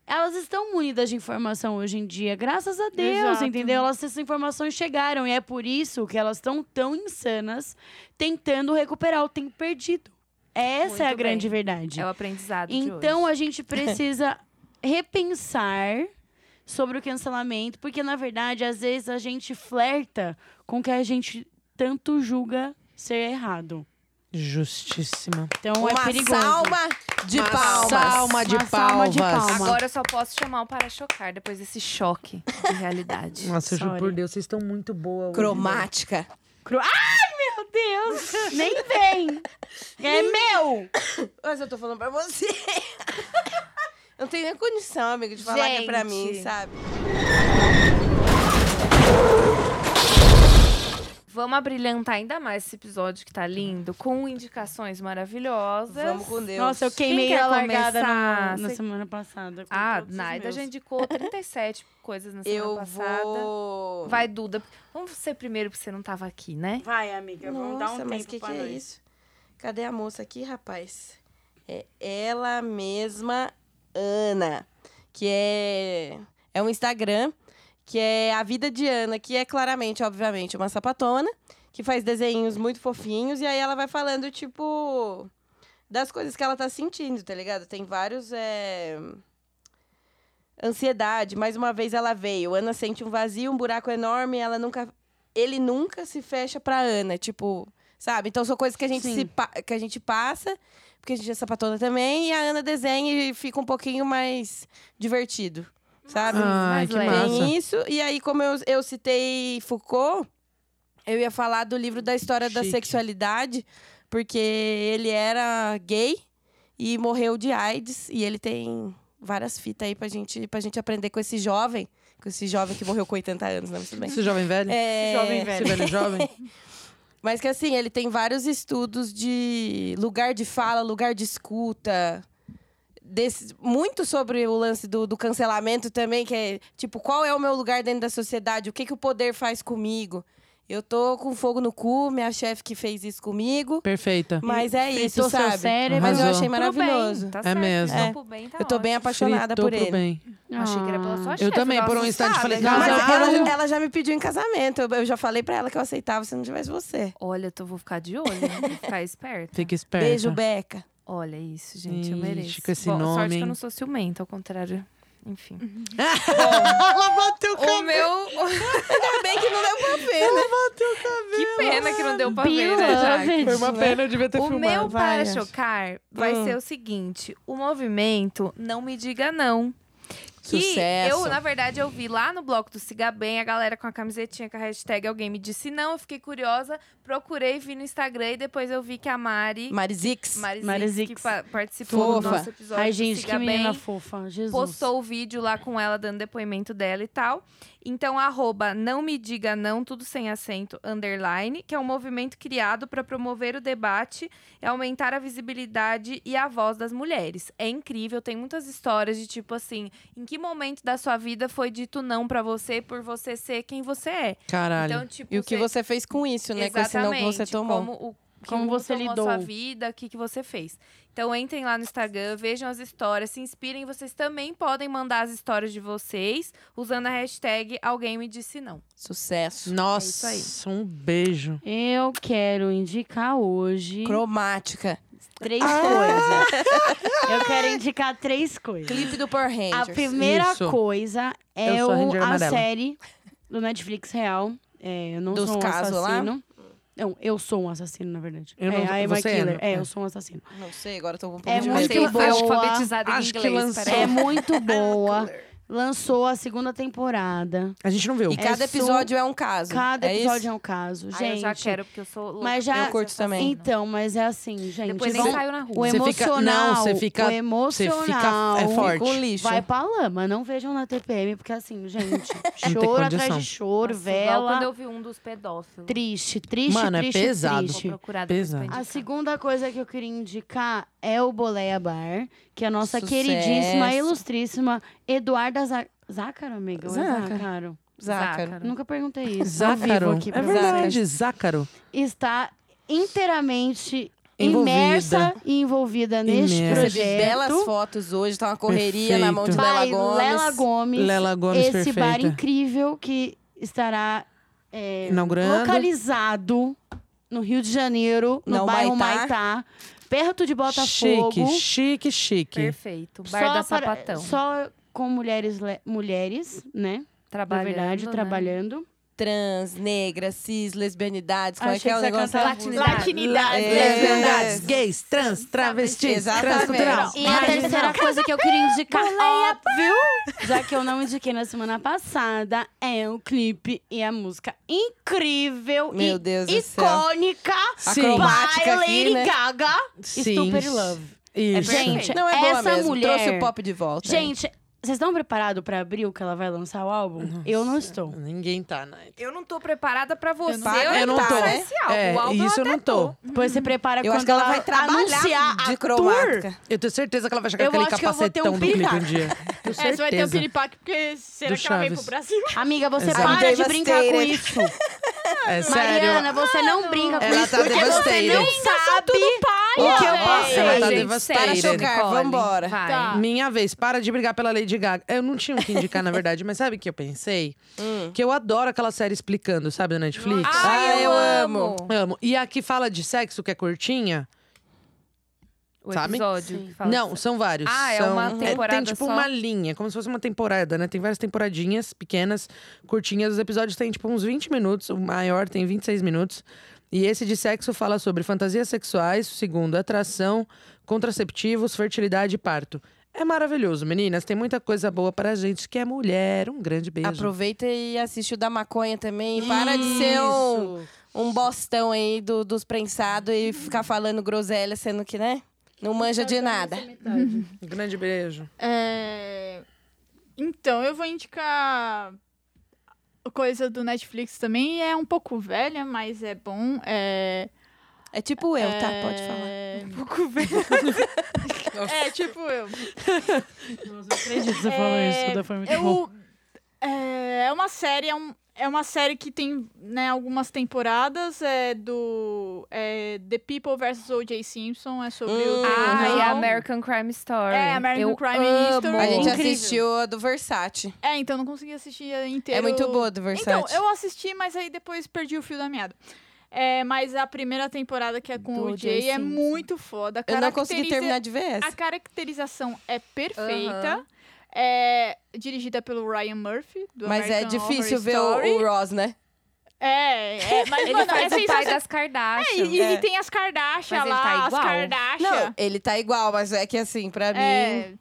Speaker 6: Elas estão munidas de informação hoje em dia, graças a Deus,
Speaker 2: Exato.
Speaker 6: entendeu? Elas, essas informações chegaram e é por isso que elas estão tão insanas tentando recuperar o tempo perdido. Essa é a
Speaker 1: Muito
Speaker 6: grande
Speaker 1: bem.
Speaker 6: verdade.
Speaker 1: É o aprendizado de
Speaker 6: Então
Speaker 1: hoje.
Speaker 6: a gente precisa repensar sobre o cancelamento, porque na verdade, às vezes a gente flerta com o que a gente tanto julga ser errado.
Speaker 5: Justíssima.
Speaker 6: Então é
Speaker 4: Uma
Speaker 6: perigoso.
Speaker 4: salma de
Speaker 5: Uma
Speaker 4: palmas.
Speaker 5: salma de
Speaker 6: Uma salma
Speaker 5: palmas.
Speaker 6: de palmas.
Speaker 1: Agora eu só posso chamar o para chocar depois desse choque de realidade.
Speaker 5: Nossa, eu juro
Speaker 6: Sorry.
Speaker 5: por Deus, vocês estão muito boa. hoje.
Speaker 4: Cromática.
Speaker 6: Cru- Ai, meu Deus! Nem vem! É meu!
Speaker 4: Mas eu tô falando pra você. Eu não tenho nem condição, amiga, de falar que é pra mim,
Speaker 1: Gente.
Speaker 4: sabe?
Speaker 1: Vamos abrilhantar ainda mais esse episódio que tá lindo, com indicações maravilhosas.
Speaker 4: Vamos com Deus.
Speaker 6: Nossa, eu queimei
Speaker 1: quer
Speaker 6: a largada na,
Speaker 1: começar?
Speaker 6: na
Speaker 1: Você-
Speaker 6: semana passada. com
Speaker 1: Ah,
Speaker 6: todos os
Speaker 1: Naida
Speaker 6: meus.
Speaker 1: já indicou 37 coisas na semana
Speaker 4: Eu
Speaker 1: passada.
Speaker 4: vou.
Speaker 1: Vai, Duda. Vamos ser primeiro porque você não tava aqui, né?
Speaker 6: Vai, amiga, vamos dar um
Speaker 4: Nossa,
Speaker 6: tempo
Speaker 4: mas que
Speaker 6: pra
Speaker 4: que
Speaker 6: nós.
Speaker 4: é isso? Cadê a moça aqui, rapaz? É ela mesma, Ana, que é é um Instagram que é a vida de Ana, que é claramente, obviamente, uma sapatona que faz desenhos muito fofinhos e aí ela vai falando tipo das coisas que ela tá sentindo, tá ligado? Tem vários é, ansiedade. Mais uma vez ela veio. Ana sente um vazio, um buraco enorme. Ela nunca, ele nunca se fecha pra Ana, tipo, sabe? Então são coisas que a gente
Speaker 6: Sim.
Speaker 4: se pa- que a gente passa, porque a gente é sapatona também. E a Ana desenha e fica um pouquinho mais divertido, sabe?
Speaker 5: Ai,
Speaker 1: Mas
Speaker 5: que
Speaker 1: leve.
Speaker 5: massa.
Speaker 4: Tem isso. E aí, como eu, eu citei Foucault, eu ia falar do livro da história da
Speaker 5: Chique.
Speaker 4: sexualidade, porque ele era gay e morreu de AIDS. E ele tem várias fitas aí pra gente, pra gente aprender com esse jovem. Com esse jovem que morreu com 80 anos, não, mas tudo bem.
Speaker 5: Esse jovem velho?
Speaker 4: É,
Speaker 6: jovem
Speaker 5: Esse velho jovem?
Speaker 4: Mas que assim, ele tem vários estudos de lugar de fala, lugar de escuta. desse- muito sobre o lance do, do cancelamento também, que é tipo, qual é o meu lugar dentro da sociedade? O que, que o poder faz comigo? Eu tô com fogo no cu, minha chefe que fez isso comigo.
Speaker 5: Perfeita.
Speaker 4: Mas é isso,
Speaker 6: Fritou seu
Speaker 4: sabe?
Speaker 6: cérebro.
Speaker 4: Mas eu
Speaker 5: Arrasou.
Speaker 4: achei
Speaker 1: Pro bem,
Speaker 4: maravilhoso.
Speaker 1: tá
Speaker 5: É
Speaker 1: certo,
Speaker 5: mesmo.
Speaker 1: então pro bem tá
Speaker 4: Eu tô bem
Speaker 1: ótimo.
Speaker 4: apaixonada por
Speaker 5: Fritou pro
Speaker 4: ele. Ah,
Speaker 5: bem.
Speaker 1: Achei que era
Speaker 6: Ah,
Speaker 1: pela sua chefe,
Speaker 5: também,
Speaker 1: tava
Speaker 5: por um instante,
Speaker 1: assustada.
Speaker 5: falei,
Speaker 4: Mas
Speaker 5: Casal.
Speaker 4: ela, ela já me pediu em casamento. Eu, eu já falei pra ela que eu aceitava se não tivesse você.
Speaker 1: Olha, eu tô- vou ficar de olho, né? Vou ficar esperta.
Speaker 5: Fica esperta.
Speaker 4: Beijo, Beca.
Speaker 1: Olha isso, gente, eu
Speaker 5: Ixi,
Speaker 1: mereço.
Speaker 5: com esse
Speaker 1: Bom, sorte
Speaker 5: nome,
Speaker 1: que eu
Speaker 5: hein?
Speaker 1: não sou ciumenta, ao contrário. Enfim.
Speaker 5: Ela bateu o
Speaker 1: O
Speaker 5: cabelo.
Speaker 1: meu...
Speaker 4: Ainda bem que não deu pra ver, né?
Speaker 1: que pena que não deu pra
Speaker 6: Be
Speaker 1: ver, né, Jaque?
Speaker 6: loved.
Speaker 5: Foi uma pena, eu devia ter
Speaker 1: O
Speaker 5: filmado.
Speaker 1: meu para
Speaker 5: Várias.
Speaker 1: chocar vai
Speaker 4: Hum.
Speaker 1: ser o seguinte: o movimento Não Me Diga Não. Que
Speaker 4: Sucesso.
Speaker 1: eu, na verdade, eu vi lá no bloco do Siga Bem, a galera com a camisetinha com a hashtag Alguém Me Disse Não. Eu fiquei curiosa, procurei, vi no Instagram e depois eu vi que a Mari,
Speaker 4: Marizix.
Speaker 1: Mari,
Speaker 6: Mari
Speaker 1: Zix, que
Speaker 6: Zix.
Speaker 1: pa- participou do
Speaker 4: Fofa.
Speaker 1: nosso episódio
Speaker 6: Ai,
Speaker 1: do
Speaker 6: gente,
Speaker 1: Siga
Speaker 6: que menina
Speaker 1: Bem,
Speaker 6: fofa. Jesus.
Speaker 1: postou o vídeo lá com ela dando depoimento dela e tal. Então, arroba não me diga não, tudo sem acento, underline, que é um movimento criado para promover o debate e aumentar a visibilidade e a voz das mulheres. É incrível, tem muitas histórias de tipo assim, em que momento da sua vida foi dito não para você por você ser quem você é.
Speaker 5: Caralho.
Speaker 1: Então, tipo,
Speaker 4: E o que você fez com isso, né? Com esse não que você
Speaker 1: Exatamente,
Speaker 4: tomou.
Speaker 1: Como, o, que
Speaker 6: Como
Speaker 1: o mundo
Speaker 6: você
Speaker 1: tomou a
Speaker 6: lidou.
Speaker 1: sua vida, o que, que você fez. Então entrem lá no Instagram, vejam as histórias, se inspirem. Vocês também podem mandar as histórias de vocês usando a hashtag Alguém Me Disse Não.
Speaker 4: Sucesso.
Speaker 5: Nossa,
Speaker 1: É
Speaker 5: um beijo.
Speaker 6: Eu quero indicar hoje
Speaker 4: Cromática.
Speaker 6: três
Speaker 1: Ah!
Speaker 6: coisas. Eu quero indicar três coisas.
Speaker 4: Clipe do Power
Speaker 6: A
Speaker 4: Rangers.
Speaker 6: primeira
Speaker 5: Isso.
Speaker 6: coisa é
Speaker 5: Eu sou a
Speaker 6: o-
Speaker 5: Ranger
Speaker 6: a
Speaker 5: Amarela.
Speaker 6: série do Netflix real. É, eu não
Speaker 4: Dos
Speaker 6: sou um
Speaker 4: casos lá?
Speaker 6: assassino. Não, eu sou um assassino, na verdade.
Speaker 5: Eu não-
Speaker 6: é, a Emma
Speaker 5: você é,
Speaker 6: Killer.
Speaker 5: né?
Speaker 6: É,
Speaker 5: É.
Speaker 6: eu sou um assassino.
Speaker 4: Não sei, agora eu tô com um pouco
Speaker 6: É
Speaker 4: de
Speaker 6: muito
Speaker 1: Você
Speaker 4: receio.
Speaker 6: bom.
Speaker 1: foi
Speaker 6: boa.
Speaker 1: alfabetizada em
Speaker 5: Acho que
Speaker 1: inglês,
Speaker 5: lançou.
Speaker 1: peraí.
Speaker 6: É muito boa. Lançou a segunda temporada.
Speaker 5: A gente não viu.
Speaker 4: E cada
Speaker 6: É
Speaker 4: episódio é um caso.
Speaker 6: Cada
Speaker 4: é
Speaker 6: episódio
Speaker 4: isso?
Speaker 6: é um caso.
Speaker 1: Ai, eu
Speaker 6: Gente,
Speaker 1: já quero, porque eu sou louca.
Speaker 6: mas já-
Speaker 4: Eu curto também.
Speaker 6: Então, mas é assim, gente.
Speaker 1: Depois nem
Speaker 6: vão-
Speaker 1: saiu na
Speaker 6: O
Speaker 1: rua.
Speaker 5: Você fica-
Speaker 6: emocional,
Speaker 5: não, você fica-
Speaker 6: o
Speaker 5: você
Speaker 6: emocional
Speaker 5: fica- é forte.
Speaker 4: Fica um lixo.
Speaker 6: Vai pra lama, não vejam na TPM, porque assim, gente,
Speaker 5: tem
Speaker 6: choro atrás
Speaker 5: condição.
Speaker 6: de choro,
Speaker 1: Nossa, igual
Speaker 6: vela,
Speaker 1: quando eu vi um dos pedófilos.
Speaker 6: triste, triste,
Speaker 5: Mano, é
Speaker 6: triste,
Speaker 5: pesado.
Speaker 1: Vou
Speaker 6: triste.
Speaker 1: procurar depois pra
Speaker 5: Pesado.
Speaker 1: indicar.
Speaker 6: A segunda coisa que eu queria indicar é o Boleia Bar, que é a nossa
Speaker 4: Sucesso.
Speaker 6: queridíssima, ilustríssima Eduarda Za- Zácaro, amiga? Ou é
Speaker 4: Zácaro.
Speaker 6: Zácaro?
Speaker 4: Zácaro.
Speaker 6: Nunca perguntei isso. ao
Speaker 5: Zácaro.
Speaker 6: vivo aqui
Speaker 5: É
Speaker 6: pra
Speaker 5: verdade, Zácaro.
Speaker 6: vocês. Está inteiramente
Speaker 5: Envolvida.
Speaker 6: imersa e envolvida neste
Speaker 5: Imersa.
Speaker 4: Recebi
Speaker 6: projeto.
Speaker 4: belas fotos hoje, tá uma correria na mão de
Speaker 5: Perfeito.
Speaker 4: Lela
Speaker 6: Vai,
Speaker 4: Gomes.
Speaker 6: Lela Gomes.
Speaker 5: Lela Gomes,
Speaker 6: esse
Speaker 5: perfeita.
Speaker 6: bar incrível que estará é,
Speaker 5: Inaugurando.
Speaker 6: localizado no Rio de Janeiro, no
Speaker 4: Não,
Speaker 6: bairro
Speaker 4: Maitá.
Speaker 6: Maitá, perto de Botafogo.
Speaker 5: Chique, chique, chique.
Speaker 1: Perfeito. Bar da
Speaker 6: para-
Speaker 1: Sapatão.
Speaker 6: Só com mulheres, le- mulheres né? Na
Speaker 1: Trabalhando,
Speaker 6: verdade,
Speaker 1: né?
Speaker 6: trabalhando.
Speaker 4: Trans, negras, cis, lesbianidades, como é que
Speaker 6: Achei
Speaker 4: é o
Speaker 6: que você ia
Speaker 4: negócio?
Speaker 6: cantar
Speaker 1: Latinidade.
Speaker 2: Latinidade. né?
Speaker 4: É.
Speaker 5: Lesbianidades, gays, trans, travestis,
Speaker 4: Exatamente.
Speaker 5: transcultural.
Speaker 4: é
Speaker 6: E a terceira coisa que eu queria indicar, óbvio, já que eu não indiquei na semana passada, é o clipe e a música incrível
Speaker 4: Meu
Speaker 6: e
Speaker 4: Deus do céu.
Speaker 6: icônica
Speaker 5: Sim.
Speaker 4: Acrobática
Speaker 6: by
Speaker 4: aqui,
Speaker 6: Lady
Speaker 4: né?
Speaker 6: Gaga.
Speaker 5: Sim.
Speaker 6: Stupid Love.
Speaker 5: Isso.
Speaker 6: Gente,
Speaker 4: Não é boa
Speaker 6: essa
Speaker 4: mesmo.
Speaker 6: mulher...
Speaker 4: Trouxe o pop de volta.
Speaker 6: Gente, vocês estão preparados pra abril que ela vai lançar o álbum?
Speaker 4: Uhum.
Speaker 6: Eu não estou.
Speaker 5: Ninguém tá, né?
Speaker 1: Eu não tô preparada pra você.
Speaker 4: não-
Speaker 1: eu
Speaker 4: eu não
Speaker 1: lançar
Speaker 4: tô, né?
Speaker 1: esse álbum.
Speaker 5: É,
Speaker 1: o álbum
Speaker 5: isso eu
Speaker 1: até
Speaker 5: não tô.
Speaker 6: Depois você prepara
Speaker 4: Eu
Speaker 6: quando
Speaker 4: acho que ela vai trabalhar
Speaker 6: anunciar
Speaker 4: de
Speaker 6: a tour.
Speaker 4: cromática.
Speaker 5: Eu tenho certeza que ela vai chegar
Speaker 6: Eu
Speaker 5: com aquele
Speaker 6: acho que eu vou ter
Speaker 5: capacetão
Speaker 6: um
Speaker 5: do clipe um
Speaker 6: piripaque.
Speaker 5: dia. Tenho
Speaker 2: Essa vai ter um
Speaker 5: certeza.
Speaker 2: piripaque, porque será
Speaker 5: Do
Speaker 2: que ela veio pro
Speaker 5: Chaves.
Speaker 2: Brasil?
Speaker 6: Amiga, você
Speaker 5: Exato.
Speaker 6: para de
Speaker 4: Devastated.
Speaker 6: brincar com isso.
Speaker 5: É
Speaker 6: Mariana,
Speaker 5: sério.
Speaker 6: você não brinca com
Speaker 5: Ela
Speaker 6: isso
Speaker 5: tá
Speaker 6: porque você
Speaker 5: devastated.
Speaker 6: não sabe o que eu passei.
Speaker 5: Ela tá
Speaker 1: Gente,
Speaker 5: devastada.
Speaker 1: sério,
Speaker 4: Para chocar,
Speaker 1: Nicole.
Speaker 4: vambora.
Speaker 1: Vai.
Speaker 2: Tá.
Speaker 5: Minha vez, para de brigar pela Lady Gaga. Eu não tinha o que indicar, na verdade, mas sabe o que eu pensei? Que eu adoro aquela série explicando, sabe, da Netflix?
Speaker 1: Ai,
Speaker 4: Ah,
Speaker 1: eu,
Speaker 4: eu
Speaker 1: amo.
Speaker 5: Amo. E a que fala de sexo, que é curtinha?
Speaker 1: O
Speaker 5: Sabe?
Speaker 1: episódio que fala
Speaker 5: Não,
Speaker 1: disso.
Speaker 5: são vários.
Speaker 1: Ah, é
Speaker 5: São-
Speaker 1: uma temporada
Speaker 5: Tem tipo
Speaker 1: só?
Speaker 5: uma linha, como se fosse uma temporada, né? Tem várias temporadinhas pequenas, curtinhas. Os episódios têm tipo uns 20 minutos, o maior tem 26 minutos. E esse de sexo fala sobre fantasias sexuais, segundo, atração, contraceptivos, fertilidade e parto. É maravilhoso, meninas. Tem muita coisa boa pra gente que é mulher. Um grande beijo.
Speaker 4: Aproveita e assiste o da maconha também. Para de ser um, um bostão aí do- dos prensados e ficar falando groselha, sendo que, né? Não manja de nada.
Speaker 5: Um grande beijo.
Speaker 2: É, Então, eu vou indicar coisa do Netflix também. É um pouco velha, mas é bom. É,
Speaker 4: É tipo eu, tá? Pode falar.
Speaker 2: é... Um pouco velha. é, tipo eu.
Speaker 6: Nossa, eu acredito que você
Speaker 2: É,
Speaker 6: foi muito bom.
Speaker 2: Eu, é, é uma série, é, um- é uma série que tem né, algumas temporadas. É do é, The People vs. O.J. Simpson. É sobre
Speaker 4: Hum.
Speaker 2: o.
Speaker 1: Ah, e
Speaker 4: é.
Speaker 1: a
Speaker 2: tribunal.
Speaker 1: American Crime Story.
Speaker 2: É, American
Speaker 1: eu
Speaker 2: Crime
Speaker 1: amo.
Speaker 2: History.
Speaker 4: A gente
Speaker 1: Incrível.
Speaker 4: assistiu a do Versace.
Speaker 2: É, então não consegui assistir inteiro.
Speaker 4: É muito boa a do Versace.
Speaker 2: Então, eu assisti, mas aí depois perdi o fio da meada. É, mas a primeira temporada que é com
Speaker 4: Do
Speaker 2: o Jay é
Speaker 4: Jay Simpson.
Speaker 2: muito foda. A
Speaker 4: Eu não consegui
Speaker 2: caracteriza-
Speaker 4: terminar de ver
Speaker 2: A
Speaker 4: essa.
Speaker 2: caracterização é perfeita. É dirigida pelo Ryan Murphy, do
Speaker 4: Mas é
Speaker 2: American
Speaker 4: difícil
Speaker 2: Horror
Speaker 4: ver
Speaker 2: Story.
Speaker 4: o, o Ross, né?
Speaker 2: É, é, mas
Speaker 1: Ele
Speaker 2: mano, é
Speaker 1: faz o pai
Speaker 2: sensacional.
Speaker 1: das Kardashian.
Speaker 2: E, e tem as Kardashian
Speaker 1: Mas ele
Speaker 2: lá,
Speaker 1: tá
Speaker 2: as
Speaker 1: igual?
Speaker 2: Kardashian.
Speaker 4: Não, ele tá igual, mas é que assim, pra
Speaker 2: É,
Speaker 4: mim,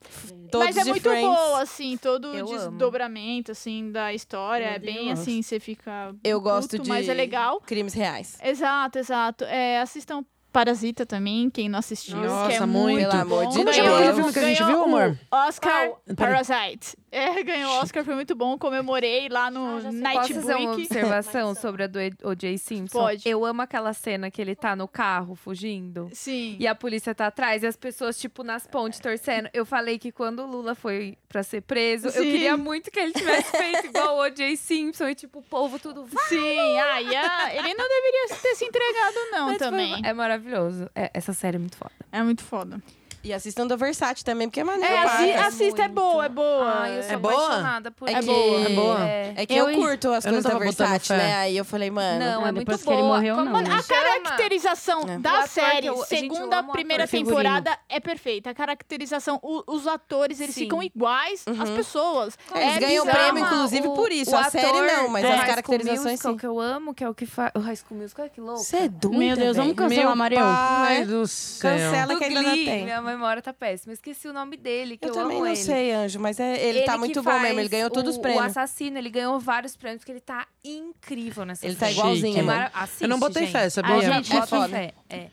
Speaker 4: todos
Speaker 2: mas é muito
Speaker 4: diferentes.
Speaker 2: boa, assim, todo o
Speaker 1: Eu amo.
Speaker 2: desdobramento, assim, da história. é bem assim, você fica.
Speaker 4: Eu
Speaker 2: puto,
Speaker 4: gosto de
Speaker 2: Mas é legal.
Speaker 4: crimes reais.
Speaker 2: Exato, exato. É, assistam Parasita também, quem não assistiu.
Speaker 5: Nossa,
Speaker 2: que é
Speaker 5: muito.
Speaker 2: muito.
Speaker 4: Pelo amor
Speaker 2: bom.
Speaker 4: de
Speaker 5: Como
Speaker 4: Deus.
Speaker 5: chama aquele filme que a gente viu,
Speaker 2: Ganhou o
Speaker 5: amor?
Speaker 2: Oscar
Speaker 5: Peraí.
Speaker 2: Parasite. É, ganhou o Oscar, foi muito bom. Comemorei lá no Night
Speaker 1: Posso fazer uma
Speaker 2: Break.
Speaker 1: observação sobre a do O.J. Simpson?
Speaker 2: Pode.
Speaker 1: Eu amo aquela cena que ele tá no carro fugindo.
Speaker 2: Sim.
Speaker 1: E a polícia tá atrás e as pessoas, tipo, nas pontes torcendo. Eu falei que quando o Lula foi pra ser preso, eu
Speaker 2: Sim.
Speaker 1: queria muito que ele tivesse feito igual o O.J. Simpson. E, tipo, o povo tudo... "Vai!"
Speaker 2: Sim, ah, e a- ele não deveria ter se entregado, não,
Speaker 1: Mas foi-
Speaker 2: também.
Speaker 1: É maravilhoso. É- essa série é muito foda.
Speaker 2: É muito foda.
Speaker 4: E assistam do Versace também, porque é maneiro.
Speaker 2: É,
Speaker 4: para.
Speaker 2: assi
Speaker 1: gosto
Speaker 2: assista, é
Speaker 1: muito.
Speaker 2: boa, é boa.
Speaker 1: Ai, eu sou
Speaker 5: É boa?
Speaker 1: apaixonada por
Speaker 4: É
Speaker 1: ela.
Speaker 4: que- É
Speaker 5: boa?
Speaker 1: É.
Speaker 4: É que eu,
Speaker 6: Eu-
Speaker 4: curto as
Speaker 5: eu não
Speaker 4: coisas da
Speaker 5: tava botando
Speaker 4: Versace,
Speaker 5: fé.
Speaker 4: né? Aí eu falei, mano.
Speaker 1: Não,
Speaker 6: Ah,
Speaker 1: é muito
Speaker 6: depois que ele
Speaker 1: boa.
Speaker 6: morreu,
Speaker 1: Como
Speaker 6: não,
Speaker 1: ele
Speaker 2: A
Speaker 6: né?
Speaker 1: chama?
Speaker 2: caracterização
Speaker 4: É.
Speaker 1: O
Speaker 2: da
Speaker 1: ator que
Speaker 2: série,
Speaker 1: eu- gente, eu
Speaker 2: segunda,
Speaker 1: amo o ator.
Speaker 2: primeira
Speaker 1: Figurino.
Speaker 2: temporada, é perfeita. A caracterização, o- os atores, eles
Speaker 1: Sim.
Speaker 2: ficam iguais às pessoas.
Speaker 4: É, eles
Speaker 2: é
Speaker 4: ganham
Speaker 2: bizarro.
Speaker 4: prêmio, inclusive, por isso.
Speaker 1: o
Speaker 4: A série
Speaker 1: ator
Speaker 4: não, mas
Speaker 1: do
Speaker 4: as
Speaker 1: High School
Speaker 4: caracterizações,
Speaker 1: Musical,
Speaker 4: sim.
Speaker 1: que eu amo, que é o que faz... O High School Musical é que louco.
Speaker 4: Você é doida,
Speaker 6: Meu Deus, vamos
Speaker 4: velho.
Speaker 6: cancelar,
Speaker 5: Meu
Speaker 6: Mariel.
Speaker 5: pai
Speaker 4: Né?
Speaker 5: do céu.
Speaker 4: Cancela. Ela
Speaker 1: Do
Speaker 4: que ainda não
Speaker 1: Glee.
Speaker 4: tem.
Speaker 1: Minha memória tá péssima. Esqueci o nome dele, que
Speaker 4: Eu
Speaker 1: eu,
Speaker 4: também
Speaker 1: amo
Speaker 4: não
Speaker 1: ele.
Speaker 4: sei, Anjo, mas é, ele, tá
Speaker 1: que
Speaker 4: muito bom mesmo. Ele
Speaker 1: faz
Speaker 4: ganhou todos
Speaker 1: o-
Speaker 4: os
Speaker 1: O
Speaker 4: prêmios.
Speaker 1: assassino, ele ganhou vários prêmios, porque ele tá incrível nessa
Speaker 4: Ele tá
Speaker 1: série.
Speaker 5: igualzinho,
Speaker 1: É
Speaker 5: mano.
Speaker 1: mara- Assiste,
Speaker 5: Eu não botei
Speaker 1: gente.
Speaker 5: fé, sabia?
Speaker 1: Ah, gente,
Speaker 4: É
Speaker 1: bota
Speaker 4: foda.
Speaker 1: fé. É.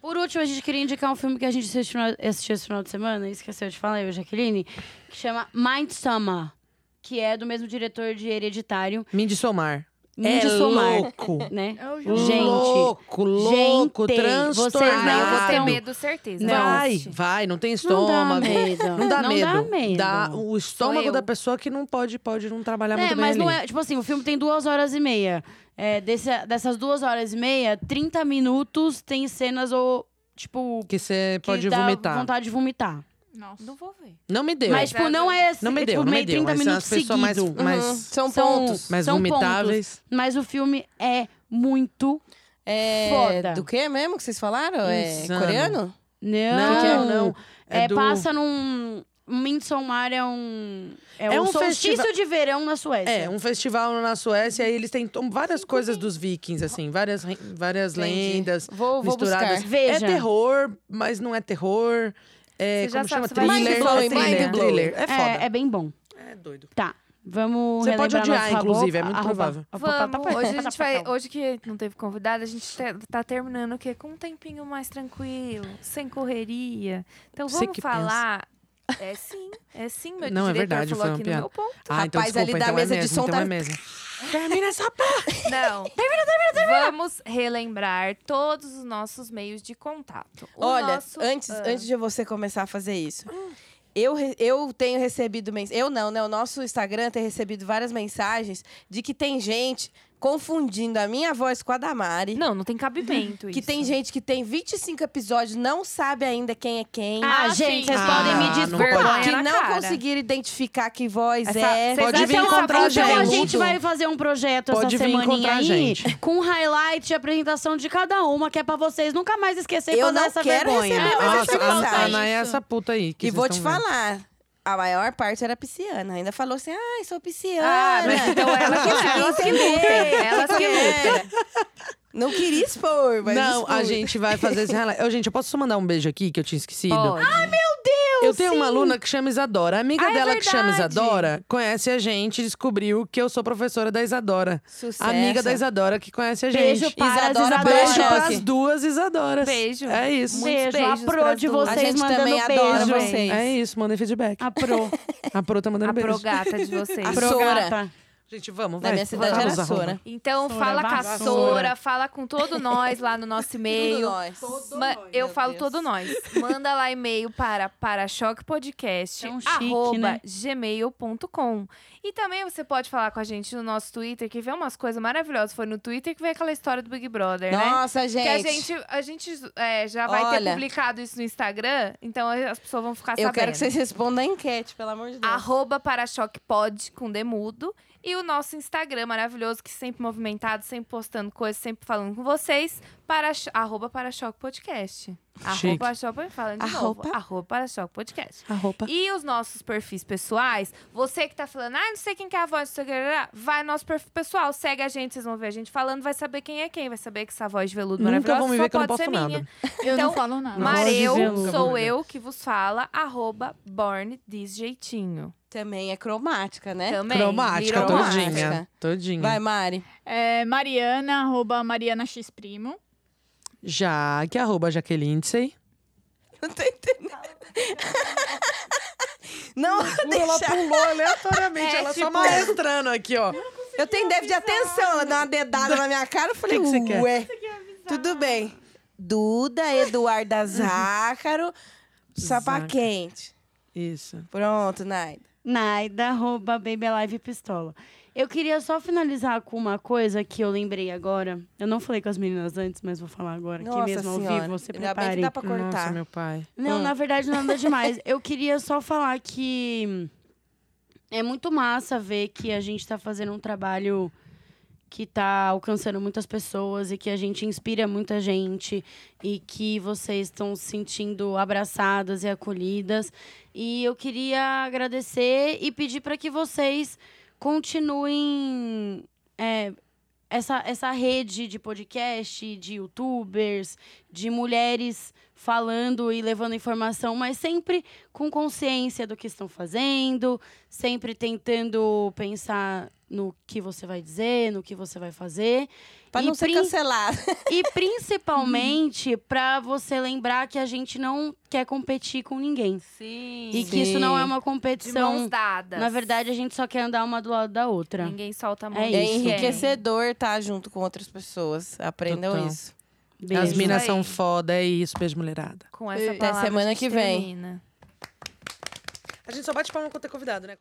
Speaker 6: Por último, a gente queria indicar um filme que a gente assistiu, assistiu esse final de semana, e esqueceu de falar, eu, e Jaqueline, que chama Mind Summer, que é do mesmo diretor de Hereditário,
Speaker 5: Midsommar.
Speaker 6: Mind
Speaker 5: é
Speaker 6: Somar,
Speaker 5: louco.
Speaker 6: né?
Speaker 2: Eu juro.
Speaker 6: Gente,
Speaker 5: louco, louco,
Speaker 6: gente, vocês
Speaker 1: Ah, eu vou ter
Speaker 6: Não.
Speaker 5: transtornado.
Speaker 1: medo, certeza.
Speaker 6: Não.
Speaker 5: Vai,
Speaker 1: Assiste.
Speaker 5: vai, não tem
Speaker 6: Não
Speaker 5: estômago.
Speaker 6: dá medo.
Speaker 5: Não dá medo.
Speaker 6: Dá medo.
Speaker 5: Dá o estômago
Speaker 1: eu.
Speaker 5: da pessoa que não pode, pode não trabalhar Tá muito
Speaker 6: É,
Speaker 5: bem
Speaker 6: mas não
Speaker 5: ali.
Speaker 6: é. Tipo assim, o filme tem duas horas e meia. É, desse- dessas duas horas e meia, 30 minutos tem cenas ou, tipo.
Speaker 5: Que você
Speaker 6: que
Speaker 5: pode
Speaker 6: dá
Speaker 5: vomitar.
Speaker 6: vontade de vomitar.
Speaker 2: Nossa.
Speaker 1: Não vou ver.
Speaker 5: Não me deu.
Speaker 6: Mas, tipo, não é.
Speaker 5: não me
Speaker 6: é,
Speaker 5: deu, não
Speaker 6: tipo,
Speaker 5: me
Speaker 6: meio
Speaker 5: deu.
Speaker 6: 30
Speaker 5: Mas são
Speaker 6: minutos
Speaker 5: as pessoas mais,
Speaker 6: seguidos.
Speaker 5: mais,
Speaker 4: Uhum. São
Speaker 6: São-
Speaker 4: pontos.
Speaker 5: mais
Speaker 6: São
Speaker 5: vomitáveis.
Speaker 6: Mas o filme é muito.
Speaker 4: É,
Speaker 6: Foda.
Speaker 4: Do que mesmo que vocês falaram? É
Speaker 5: Insano.
Speaker 4: coreano?
Speaker 6: Não, um
Speaker 5: Não, não.
Speaker 6: É,
Speaker 5: do-
Speaker 6: passa num. um Midsommar é um. É,
Speaker 5: É
Speaker 6: um,
Speaker 5: um
Speaker 6: solstício
Speaker 5: festival-
Speaker 6: de verão na Suécia.
Speaker 5: É, um festival na Suécia e eles têm tom- várias coisas dos vikings, assim, várias, re- várias
Speaker 4: Entendi.
Speaker 5: lendas
Speaker 4: Vou- vou
Speaker 5: misturadas.
Speaker 4: buscar.
Speaker 6: Veja.
Speaker 5: É terror, mas não é terror. É,
Speaker 1: Você já
Speaker 5: como chama?
Speaker 1: sabe, você vai
Speaker 5: Thriller.
Speaker 1: Mind Blow,
Speaker 5: thriller.
Speaker 1: Mind
Speaker 4: Blow.
Speaker 5: Thriller. É foda.
Speaker 6: É, bem bom.
Speaker 5: É doido.
Speaker 6: Tá. Vamos
Speaker 5: Você pode
Speaker 6: relembrar
Speaker 5: odiar,
Speaker 6: nosso arroba-
Speaker 5: inclusive, é muito
Speaker 6: arroba- tá
Speaker 5: provável.
Speaker 1: Vamos, hoje a gente vai. Hoje que não teve convidado, a gente tá, tá terminando o quê? Com um tempinho mais tranquilo, sem correria. Então
Speaker 5: Você
Speaker 1: vamos
Speaker 5: que
Speaker 1: falar. É sim, é sim, meu
Speaker 5: Não,
Speaker 1: diretor
Speaker 5: é verdade,
Speaker 1: falou
Speaker 5: foi uma
Speaker 1: aqui
Speaker 5: piada.
Speaker 1: no meu ponto.
Speaker 5: Ah, então
Speaker 4: Rapaz, ali
Speaker 5: desculpa,
Speaker 4: da
Speaker 5: então é
Speaker 4: mesa de
Speaker 5: mesmo,
Speaker 4: som
Speaker 5: então
Speaker 4: tá-
Speaker 5: é mesmo. Termina
Speaker 4: é
Speaker 5: essa porra!
Speaker 1: Não. Vamos relembrar todos os nossos meios de contato. O
Speaker 4: Olha,
Speaker 1: nosso-
Speaker 4: antes,
Speaker 1: Ah,
Speaker 4: antes de você começar a fazer isso, eu, re- eu tenho recebido mensagens. Eu não, né? O nosso Instagram tem recebido várias mensagens de que tem gente confundindo a minha voz com a da Mari.
Speaker 1: Não, não tem cabimento
Speaker 4: Que
Speaker 1: isso.
Speaker 4: tem gente que tem 25 episódios, não sabe ainda quem é quem.
Speaker 6: Ah,
Speaker 2: Ah,
Speaker 6: gente,
Speaker 2: sim.
Speaker 6: vocês
Speaker 5: Ah,
Speaker 6: podem me
Speaker 5: não
Speaker 6: desculpar.
Speaker 5: pode.
Speaker 1: vergonha
Speaker 4: que
Speaker 1: na
Speaker 4: não
Speaker 1: cara.
Speaker 4: conseguiram identificar que voz
Speaker 1: Essa-
Speaker 4: é.
Speaker 1: vocês
Speaker 5: Pode vir
Speaker 1: acham essa
Speaker 5: encontrar a
Speaker 1: bunda-
Speaker 6: Então a
Speaker 5: gente.
Speaker 6: gente vai fazer um projeto
Speaker 5: Pode
Speaker 6: essa
Speaker 5: vir
Speaker 6: semaninha
Speaker 5: encontrar a
Speaker 6: aí
Speaker 5: gente.
Speaker 6: com highlight de apresentação de cada uma, que é pra vocês nunca mais esquecerem
Speaker 4: Eu
Speaker 6: fazer
Speaker 4: não
Speaker 6: essa
Speaker 4: quero
Speaker 6: vergonha.
Speaker 4: receber mais
Speaker 6: Ah,
Speaker 4: essa
Speaker 6: nossa,
Speaker 4: mensagem.
Speaker 5: a
Speaker 6: ah,
Speaker 5: Ana é
Speaker 6: isso.
Speaker 5: essa puta aí. que
Speaker 4: E
Speaker 5: vocês
Speaker 4: vou te
Speaker 5: tão vendo.
Speaker 4: falar. A maior parte era pisciana. Ainda falou assim: ai, sou pisciana.
Speaker 1: Ah, mas então elas que- elas que lutem, elas que É.
Speaker 4: lutem. Não queria expor, mas.
Speaker 5: Não,
Speaker 4: expus.
Speaker 5: a gente vai fazer esse highlight. Ô, gente, eu posso só mandar um beijo aqui que eu tinha esquecido?
Speaker 1: Pode.
Speaker 5: Eu tenho uma aluna que chama Isadora. A amiga
Speaker 1: Ah, é
Speaker 5: dela que chama
Speaker 1: verdade.
Speaker 5: Isadora conhece a gente, descobriu que eu sou professora da Isadora.
Speaker 4: Sucesso.
Speaker 5: Amiga da Isadora que conhece a
Speaker 6: Beijo
Speaker 5: gente.
Speaker 6: para as
Speaker 4: Isadora,
Speaker 6: Isadoras.
Speaker 5: Beijo
Speaker 4: Isadora.
Speaker 5: pras duas Isadoras.
Speaker 1: Beijo.
Speaker 5: É isso.
Speaker 1: Muitos
Speaker 6: Beijo,
Speaker 1: beijos
Speaker 6: a pro
Speaker 1: pras
Speaker 6: de
Speaker 1: duas.
Speaker 4: A
Speaker 6: vocês
Speaker 4: gente
Speaker 6: mandando
Speaker 4: também
Speaker 6: beijo.
Speaker 4: adora
Speaker 1: beijo.
Speaker 4: vocês.
Speaker 5: É isso, mandem feedback.
Speaker 6: A pro,
Speaker 5: A Pro tá mandando
Speaker 1: A
Speaker 5: beijo.
Speaker 1: progata de vocês.
Speaker 4: A
Speaker 6: pro
Speaker 4: Sora.
Speaker 6: gata.
Speaker 5: Gente, vamos,
Speaker 4: Na
Speaker 5: vai.
Speaker 4: minha cidade
Speaker 5: Fala
Speaker 4: era né?
Speaker 5: nos arroba.
Speaker 4: Sora.
Speaker 1: Então
Speaker 6: Vassoura,
Speaker 1: fala com a
Speaker 6: vassoura.
Speaker 1: Sora, fala com todo nós lá no nosso
Speaker 4: Tudo
Speaker 1: e-mail.
Speaker 4: nós.
Speaker 1: Ma- eu
Speaker 4: meu
Speaker 1: falo
Speaker 4: Deus.
Speaker 1: todo nós. Manda lá e-mail para parachoquepodcast,
Speaker 4: É um
Speaker 6: Tão chique,
Speaker 1: arroba
Speaker 6: né?
Speaker 1: gmail.com. E também você pode falar com a gente no nosso Twitter, que vê umas coisas maravilhosas. Foi no Twitter que veio aquela história do Big Brother, né?
Speaker 4: Nossa, gente.
Speaker 1: Que a gente, a gente é, já vai ter
Speaker 4: Olha.
Speaker 1: publicado isso no Instagram, então as pessoas vão ficar
Speaker 4: Eu
Speaker 1: sabendo.
Speaker 4: quero que vocês respondam a enquete, pelo amor de Deus.
Speaker 1: Arroba Parachoquepod com Demudo. E o nosso Instagram maravilhoso, que sempre movimentado, sempre postando coisas, sempre falando com vocês. Para, arroba Parachoque Podcast.
Speaker 5: Chique.
Speaker 1: Arroba Parachoque Falando de novo.
Speaker 4: Arroba.
Speaker 1: Arroba Parachoque Podcast.
Speaker 5: Arroba.
Speaker 1: E os nossos perfis pessoais, você que tá falando, ah, não sei quem que é a voz, não sei o que, lá, vai no nosso perfil pessoal, segue a gente, vocês vão ver a gente falando, vai saber quem é quem, vai saber que essa voz de veludo
Speaker 5: Nunca
Speaker 1: maravilhosa
Speaker 5: vão me
Speaker 1: só
Speaker 5: ver que eu não
Speaker 1: pode ser
Speaker 5: posto nada.
Speaker 1: minha.
Speaker 2: Eu
Speaker 1: Então,
Speaker 2: não falo nada.
Speaker 5: Nossa,
Speaker 1: Mareu,
Speaker 5: Jesus.
Speaker 1: sou eu que vos fala, arroba born jeitinho.
Speaker 4: Também é cromática, né?
Speaker 1: Também.
Speaker 5: Cromática,
Speaker 1: Little
Speaker 4: cromática.
Speaker 5: todinha. Todinha.
Speaker 4: Vai, Mari.
Speaker 2: É, Mariana, arroba Mariana X Primo.
Speaker 5: Já que arroba Jaqueline Lindsay.
Speaker 4: Não tô entendendo. Não,
Speaker 5: Ela
Speaker 4: deixa.
Speaker 5: pulou aleatoriamente,
Speaker 1: É,
Speaker 5: ela só
Speaker 1: tipo-
Speaker 5: maestrando aqui, ó.
Speaker 4: Eu tenho déficit de atenção. Ela deu uma dedada na minha cara. Eu falei,
Speaker 5: Que que você quer?
Speaker 4: ué. Tudo bem. Duda, Eduarda Zácaro, Sapa
Speaker 5: Zácaro.
Speaker 4: Quente.
Speaker 5: Isso.
Speaker 4: Pronto, Naida.
Speaker 6: Naida, arroba Baby Alive Pistola. Eu queria só finalizar com uma coisa que eu lembrei agora. Eu não falei com as meninas antes, mas vou falar agora
Speaker 4: Nossa
Speaker 6: aqui mesmo
Speaker 4: senhora.
Speaker 6: ao vivo. Você
Speaker 4: Ainda bem que tá
Speaker 6: preparem.
Speaker 4: dá pra
Speaker 5: Nossa,
Speaker 4: cortar.
Speaker 5: meu pai.
Speaker 6: Não,
Speaker 4: Hum.
Speaker 6: na verdade, nada demais. Eu queria só falar que é muito massa ver que a gente tá fazendo um trabalho que tá alcançando muitas pessoas e que a gente inspira muita gente e que vocês estão se sentindo abraçadas e acolhidas. E eu queria agradecer e pedir para que vocês continuem é, essa, essa rede de podcast, de youtubers, de mulheres falando e levando informação, mas sempre com consciência do que estão fazendo, sempre tentando pensar no que você vai dizer, no que você vai fazer.
Speaker 4: Pra
Speaker 6: E
Speaker 4: não ser
Speaker 6: prin-
Speaker 4: cancelada.
Speaker 6: e principalmente para você lembrar que a gente não quer competir com ninguém.
Speaker 1: Sim.
Speaker 6: E que isso
Speaker 4: Sim.
Speaker 6: não é uma
Speaker 1: de mãos
Speaker 6: competição.
Speaker 1: dadas.
Speaker 6: Na verdade, a gente só quer andar uma do lado da outra.
Speaker 1: ninguém solta a mão.
Speaker 6: É
Speaker 1: de
Speaker 5: né?
Speaker 4: É
Speaker 6: isso.
Speaker 1: ninguém.
Speaker 4: enriquecedor estar junto com outras pessoas. Aprendam
Speaker 5: Total.
Speaker 4: isso.
Speaker 6: Beijo.
Speaker 5: As minas
Speaker 1: Aí.
Speaker 5: são foda, é isso. Beijo, mulherada.
Speaker 1: Com essa
Speaker 4: É, Até
Speaker 1: palavra a
Speaker 4: semana
Speaker 1: gente
Speaker 4: que vem.
Speaker 1: termina.
Speaker 5: A gente só bate palma quando ter convidado, né?